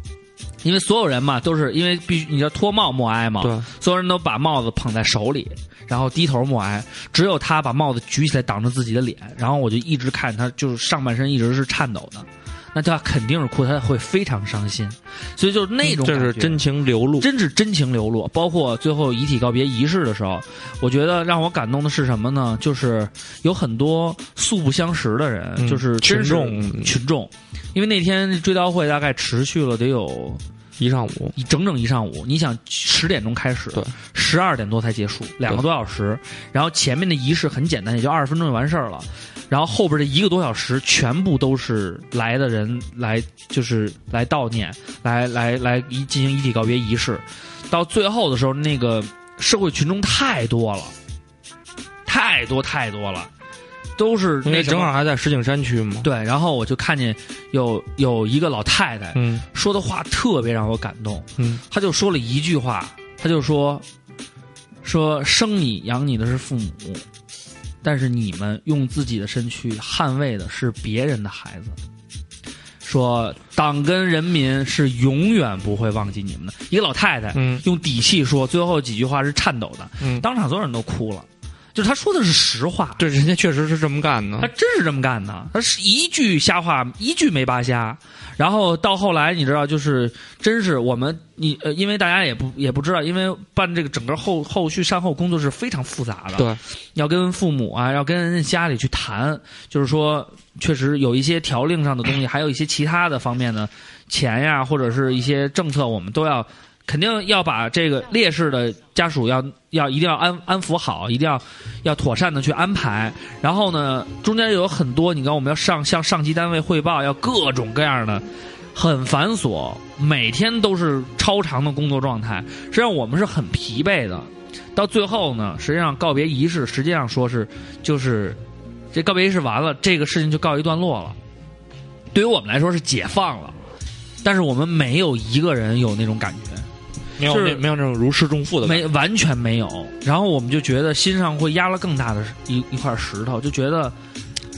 Speaker 2: 因为所有人嘛，都是因为必须你要脱帽默哀嘛，
Speaker 3: 对，
Speaker 2: 所有人都把帽子捧在手里，然后低头默哀，只有他把帽子举起来挡着自己的脸，然后我就一直看他，就是上半身一直是颤抖的，那他肯定是哭，他会非常伤心，所以就是那种
Speaker 3: 这
Speaker 2: 感
Speaker 3: 是
Speaker 2: 觉
Speaker 3: 嗯真情流露，
Speaker 2: 真是真情流露。包括最后遗体告别仪式的时候，我觉得让我感动的是什么呢？就是有很多素不相识的人，
Speaker 3: 嗯
Speaker 2: 就是
Speaker 3: 群
Speaker 2: 真是
Speaker 3: 众嗯
Speaker 2: 群众。因为那天追悼会大概持续了得有
Speaker 3: 一上午，
Speaker 2: 一整整一上午，你想十点钟开始，
Speaker 3: 对，
Speaker 2: 十二点多才结束，两个多小时。然后前面的仪式很简单，也就二十分钟就完事儿了。然后后边这一个多小时，全部都是来的人来，就是来悼念，来来来一进行遗体告别仪式。到最后的时候，那个社会群众太多了，太多太多了，都是
Speaker 3: 因
Speaker 2: 那
Speaker 3: 为
Speaker 2: 什么
Speaker 3: 正好还在石景山区嘛，
Speaker 2: 对。然后我就看见有有一个老太太
Speaker 3: 嗯
Speaker 2: 说的话特别让我感动，
Speaker 3: 嗯，
Speaker 2: 他就说了一句话，他就说：“说生你养你的是父母，但是你们用自己的身躯捍卫的是别人的孩子。”说党跟人民是永远不会忘记你们的。一个老太太，
Speaker 3: 嗯
Speaker 2: 用底气说，最后几句话是颤抖的，
Speaker 3: 嗯
Speaker 2: 当场所有人都哭了。就是他说的是实话，
Speaker 3: 对，人家确实是这么干的
Speaker 2: 他，真是这么干的，他是一句瞎话，一句没扒瞎。然后到后来，你知道，就是真是我们你呃，因为大家也不也不知道，因为办这个整个后后续善后工作是非常复杂的，
Speaker 3: 对，
Speaker 2: 要跟父母啊，要跟人家家里去谈，就是说确实有一些条令上的东西，还有一些其他的方面呢，钱呀或者是一些政策，我们都要肯定要把这个烈士的家属要要一定要安安抚好，一定要要妥善的去安排。然后呢，中间有很多，你看我们要上向上级单位汇报，要各种各样的，很繁琐，每天都是超长的工作状态。实际上我们是很疲惫的。到最后呢，实际上告别仪式，实际上说是就是这告别仪式完了，这个事情就告一段落了。对于我们来说是解放了，但是我们没有一个人有那种感觉。
Speaker 3: 没有
Speaker 2: 就是
Speaker 3: 那没有那种如释重负的感觉，
Speaker 2: 没完全没有。然后我们就觉得心上会压了更大的一一块石头，就觉得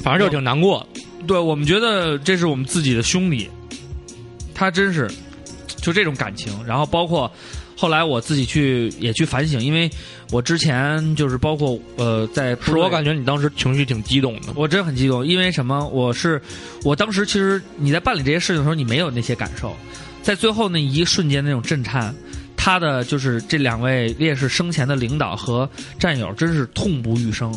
Speaker 3: 反正就挺难过的，
Speaker 2: 对我们觉得这是我们自己的兄弟，他真是就这种感情。然后包括后来我自己去也去反省，因为我之前就是包括呃在
Speaker 3: 是
Speaker 2: 部队
Speaker 3: 我感觉你当时情绪挺激动的，
Speaker 2: 我真很激动，因为什么？我是我当时其实你在办理这些事情的时候，你没有那些感受，在最后那一瞬间那种震颤，他的就是这两位烈士生前的领导和战友，真是痛不欲生。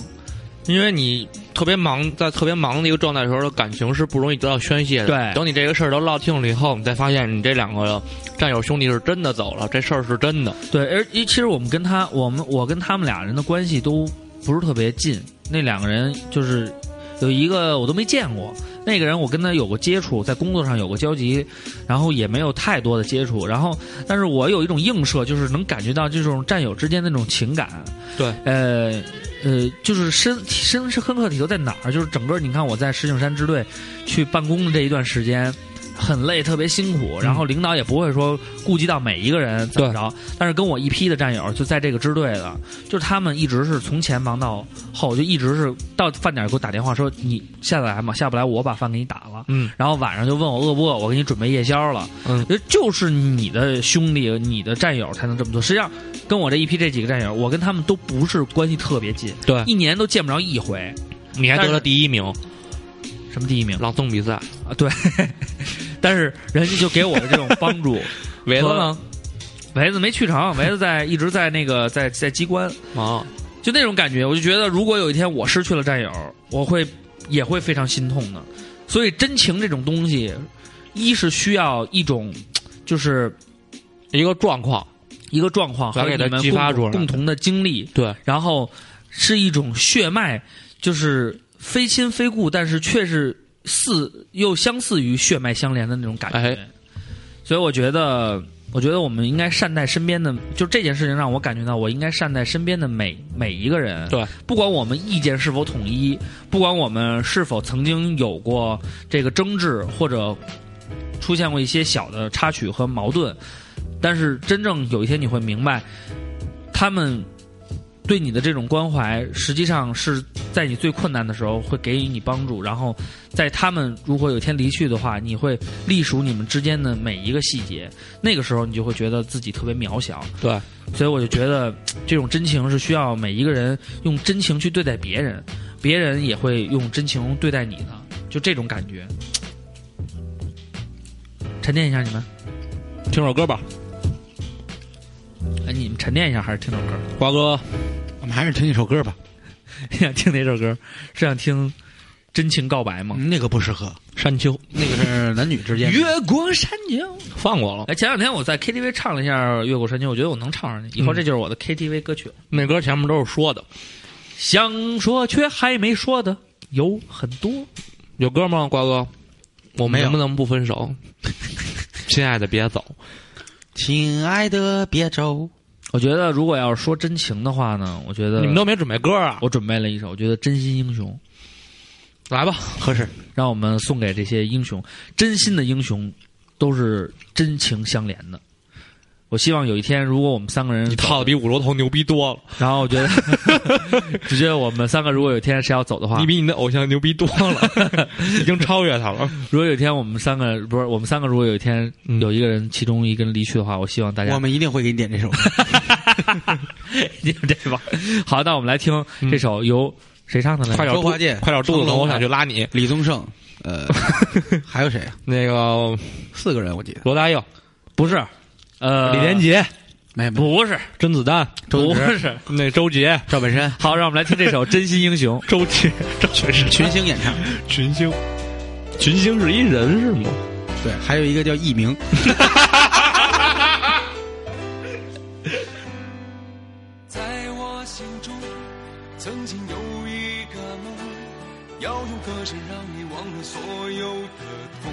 Speaker 3: 因为你特别忙，在特别忙的一个状态的时候，感情是不容易得到宣泄的。
Speaker 2: 对
Speaker 3: 等你这个事儿都落定了以后，你才发现你这两个战友兄弟是真的走了，这事儿是真的。
Speaker 2: 对，而一其实我们跟他，我们我跟他们俩人的关系都不是特别近，那两个人就是有一个我都没见过，那个人我跟他有过接触，在工作上有过交集，然后也没有太多的接触，然后但是我有一种映射，就是能感觉到这种战友之间的那种情感，
Speaker 3: 对，
Speaker 2: 呃呃，就是深深深刻体会在哪儿？就是整个你看我在石景山支队去办公的这一段时间。很累，特别辛苦，然后领导也不会说顾及到每一个人怎么着，但是跟我一批的战友就在这个支队的，就是他们一直是从前忙到后，就一直是到饭点儿给我打电话说你下得来吗？下不来我把饭给你打了，
Speaker 3: 嗯，
Speaker 2: 然后晚上就问我饿不饿，我给你准备夜宵了。
Speaker 3: 嗯，
Speaker 2: 就是你的兄弟、你的战友才能这么做。实际上，跟我这一批这几个战友，我跟他们都不是关系特别近，
Speaker 3: 对
Speaker 2: 一年都见不着一回。
Speaker 3: 你还得了第一名，
Speaker 2: 什么第一名
Speaker 3: 朗诵比赛，
Speaker 2: 啊？对， 但是人家就给我的这种帮助。
Speaker 3: 维子呢？
Speaker 2: 维子没去成，维子在一直在那个在在机关，
Speaker 3: 啊，
Speaker 2: 就那种感觉，我就觉得如果有一天我失去了战友，我会也会非常心痛的。所以真情这种东西，一是需要一种就是
Speaker 3: 一个状况，
Speaker 2: 一个状况和
Speaker 3: 把给
Speaker 2: 你
Speaker 3: 它
Speaker 2: 们
Speaker 3: 激
Speaker 2: 共
Speaker 3: 发出来
Speaker 2: 共同的经历，
Speaker 3: 对，
Speaker 2: 然后呃是一种血脉，就是非亲非故，但是却是似又相似于血脉相连的那种感觉。
Speaker 3: 哎
Speaker 2: 所以我觉得，我觉得我们应该善待身边的，就这件事情让我感觉到，我应该善待身边的每每一个人。
Speaker 3: 对，
Speaker 2: 不管我们意见是否统一，不管我们是否曾经有过这个争执或者出现过一些小的插曲和矛盾，但是真正有一天你会明白，他们对你的这种关怀，实际上是在你最困难的时候会给予你帮助。然后，在他们如果有一天离去的话，你会隶属你们之间的每一个细节。那个时候，你就会觉得自己特别渺小。
Speaker 3: 对，
Speaker 2: 所以我就觉得这种真情是需要每一个人用真情去对待别人，别人也会用真情对待你的，就这种感觉。沉淀一下你们，
Speaker 3: 听首歌吧，
Speaker 2: 哎，你们沉淀一下还是听首歌？
Speaker 3: 瓜哥，
Speaker 1: 我们还是听一首歌吧，
Speaker 2: 想听哪首歌？是想听《真情告白》吗？
Speaker 1: 那个不适合，
Speaker 3: 山丘
Speaker 1: 那个是男女之间的。
Speaker 2: 越过山丘。
Speaker 3: 放过了，
Speaker 2: 哎，前两天我在 KTV 唱了一下《越过山丘》，我觉得我能唱上去，以后
Speaker 3: 嗯
Speaker 2: 这就是我的 KTV 歌曲了。
Speaker 3: 那歌前面都是说的，
Speaker 2: 想说却还没说的有很多。
Speaker 3: 有歌吗？瓜哥，我
Speaker 1: 没
Speaker 3: 们
Speaker 1: 有
Speaker 3: 能不能不分 手？亲爱的，别走。
Speaker 1: 亲爱的，别走。
Speaker 2: 我觉得如果要是说真情的话呢，我觉得
Speaker 3: 你们都没准备歌啊？
Speaker 2: 我准备了一首，我觉得《真心英雄》，
Speaker 3: 来吧，
Speaker 1: 合适，
Speaker 2: 让我们送给这些英雄，真心的英雄都是真情相连的。我希望有一天，如果我们三个人
Speaker 3: 你 套的比五楼头牛逼多了，
Speaker 2: 然后我觉得，只觉得 我们三个如果有一天谁要走的话
Speaker 3: 你，比你的偶像牛逼多 了，已经超越他了。
Speaker 2: 如果有一天我们三个不是我们三个，如果有一天
Speaker 3: 嗯
Speaker 2: 有一个人其中一个人离去的话，我希望大家
Speaker 1: 我们一定会给你点这 首歌。
Speaker 2: 你们这吧。好，那我们来听这首由谁唱的呢？
Speaker 3: 快点
Speaker 1: 嗯周华健
Speaker 3: 快点肚子
Speaker 1: 成
Speaker 3: 疼，
Speaker 1: 龙
Speaker 3: 我想去拉你。
Speaker 1: 李宗盛，呃， 还有谁啊？
Speaker 3: 那个
Speaker 1: 四个人我记得，
Speaker 3: 罗大佑、
Speaker 2: 不是，呃，
Speaker 3: 李连杰、
Speaker 1: 没有没有，
Speaker 2: 不是，
Speaker 3: 甄子丹、
Speaker 2: 不
Speaker 1: 周星驰
Speaker 2: 是。
Speaker 3: 那周杰、
Speaker 1: 赵本山，
Speaker 2: 好，让我们来听这首《真心英雄》。
Speaker 3: 周杰、周杰是
Speaker 1: 群星演唱，
Speaker 3: 群星，群星是一人是吗？
Speaker 1: 对，还有一个叫佚名。
Speaker 4: 在我心中，曾经有一个梦，要用歌声让你忘了所有的痛。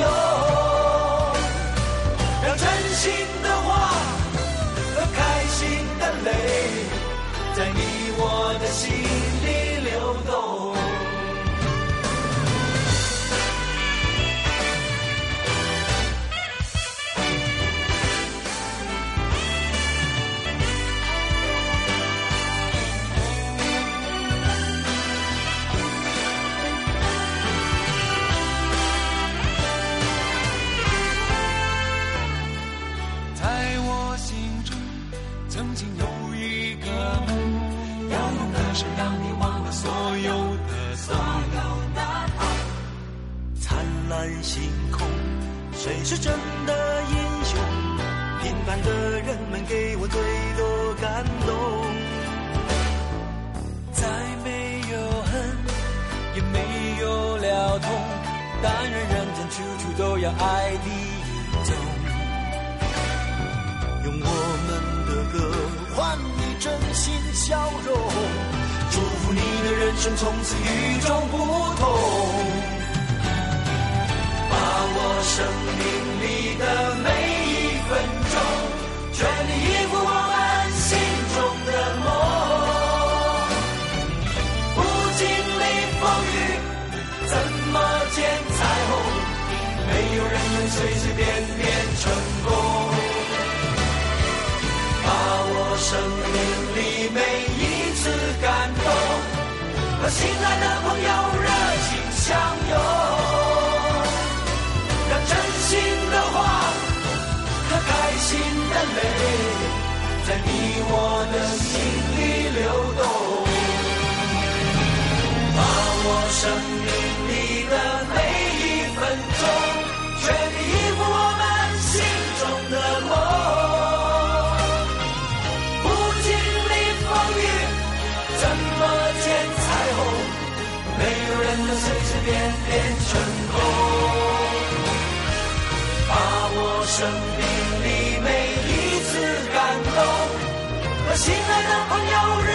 Speaker 6: 拥。让真心的话和开心的泪，在你我的心里流动。
Speaker 4: 在我心中，曾经有一个梦，要梦的是让你忘了所有的所有的
Speaker 6: 灿烂星空，谁是真的英雄？平凡的人们给我最多感动。
Speaker 4: 再没有恨，也没有了痛。但愿人间处处都有爱的影踪。
Speaker 6: 用我们的歌换你真心笑容，祝福你的人生从此与众不同。把握生命里的每一分钟，全力以赴我们心中的梦。不经历风雨，怎么见彩虹？没有人能随随便便成功。把握生命里每一次感动，和心爱的朋友热情相拥，让真心的话和开心的泪，在你我的心里流动。把握生命里的每一分钟，全力以赴我们心中的梦。不经历风雨，怎么见彩虹？没有人能随随便便成功。把握生命里每一次感动，和心爱的朋友热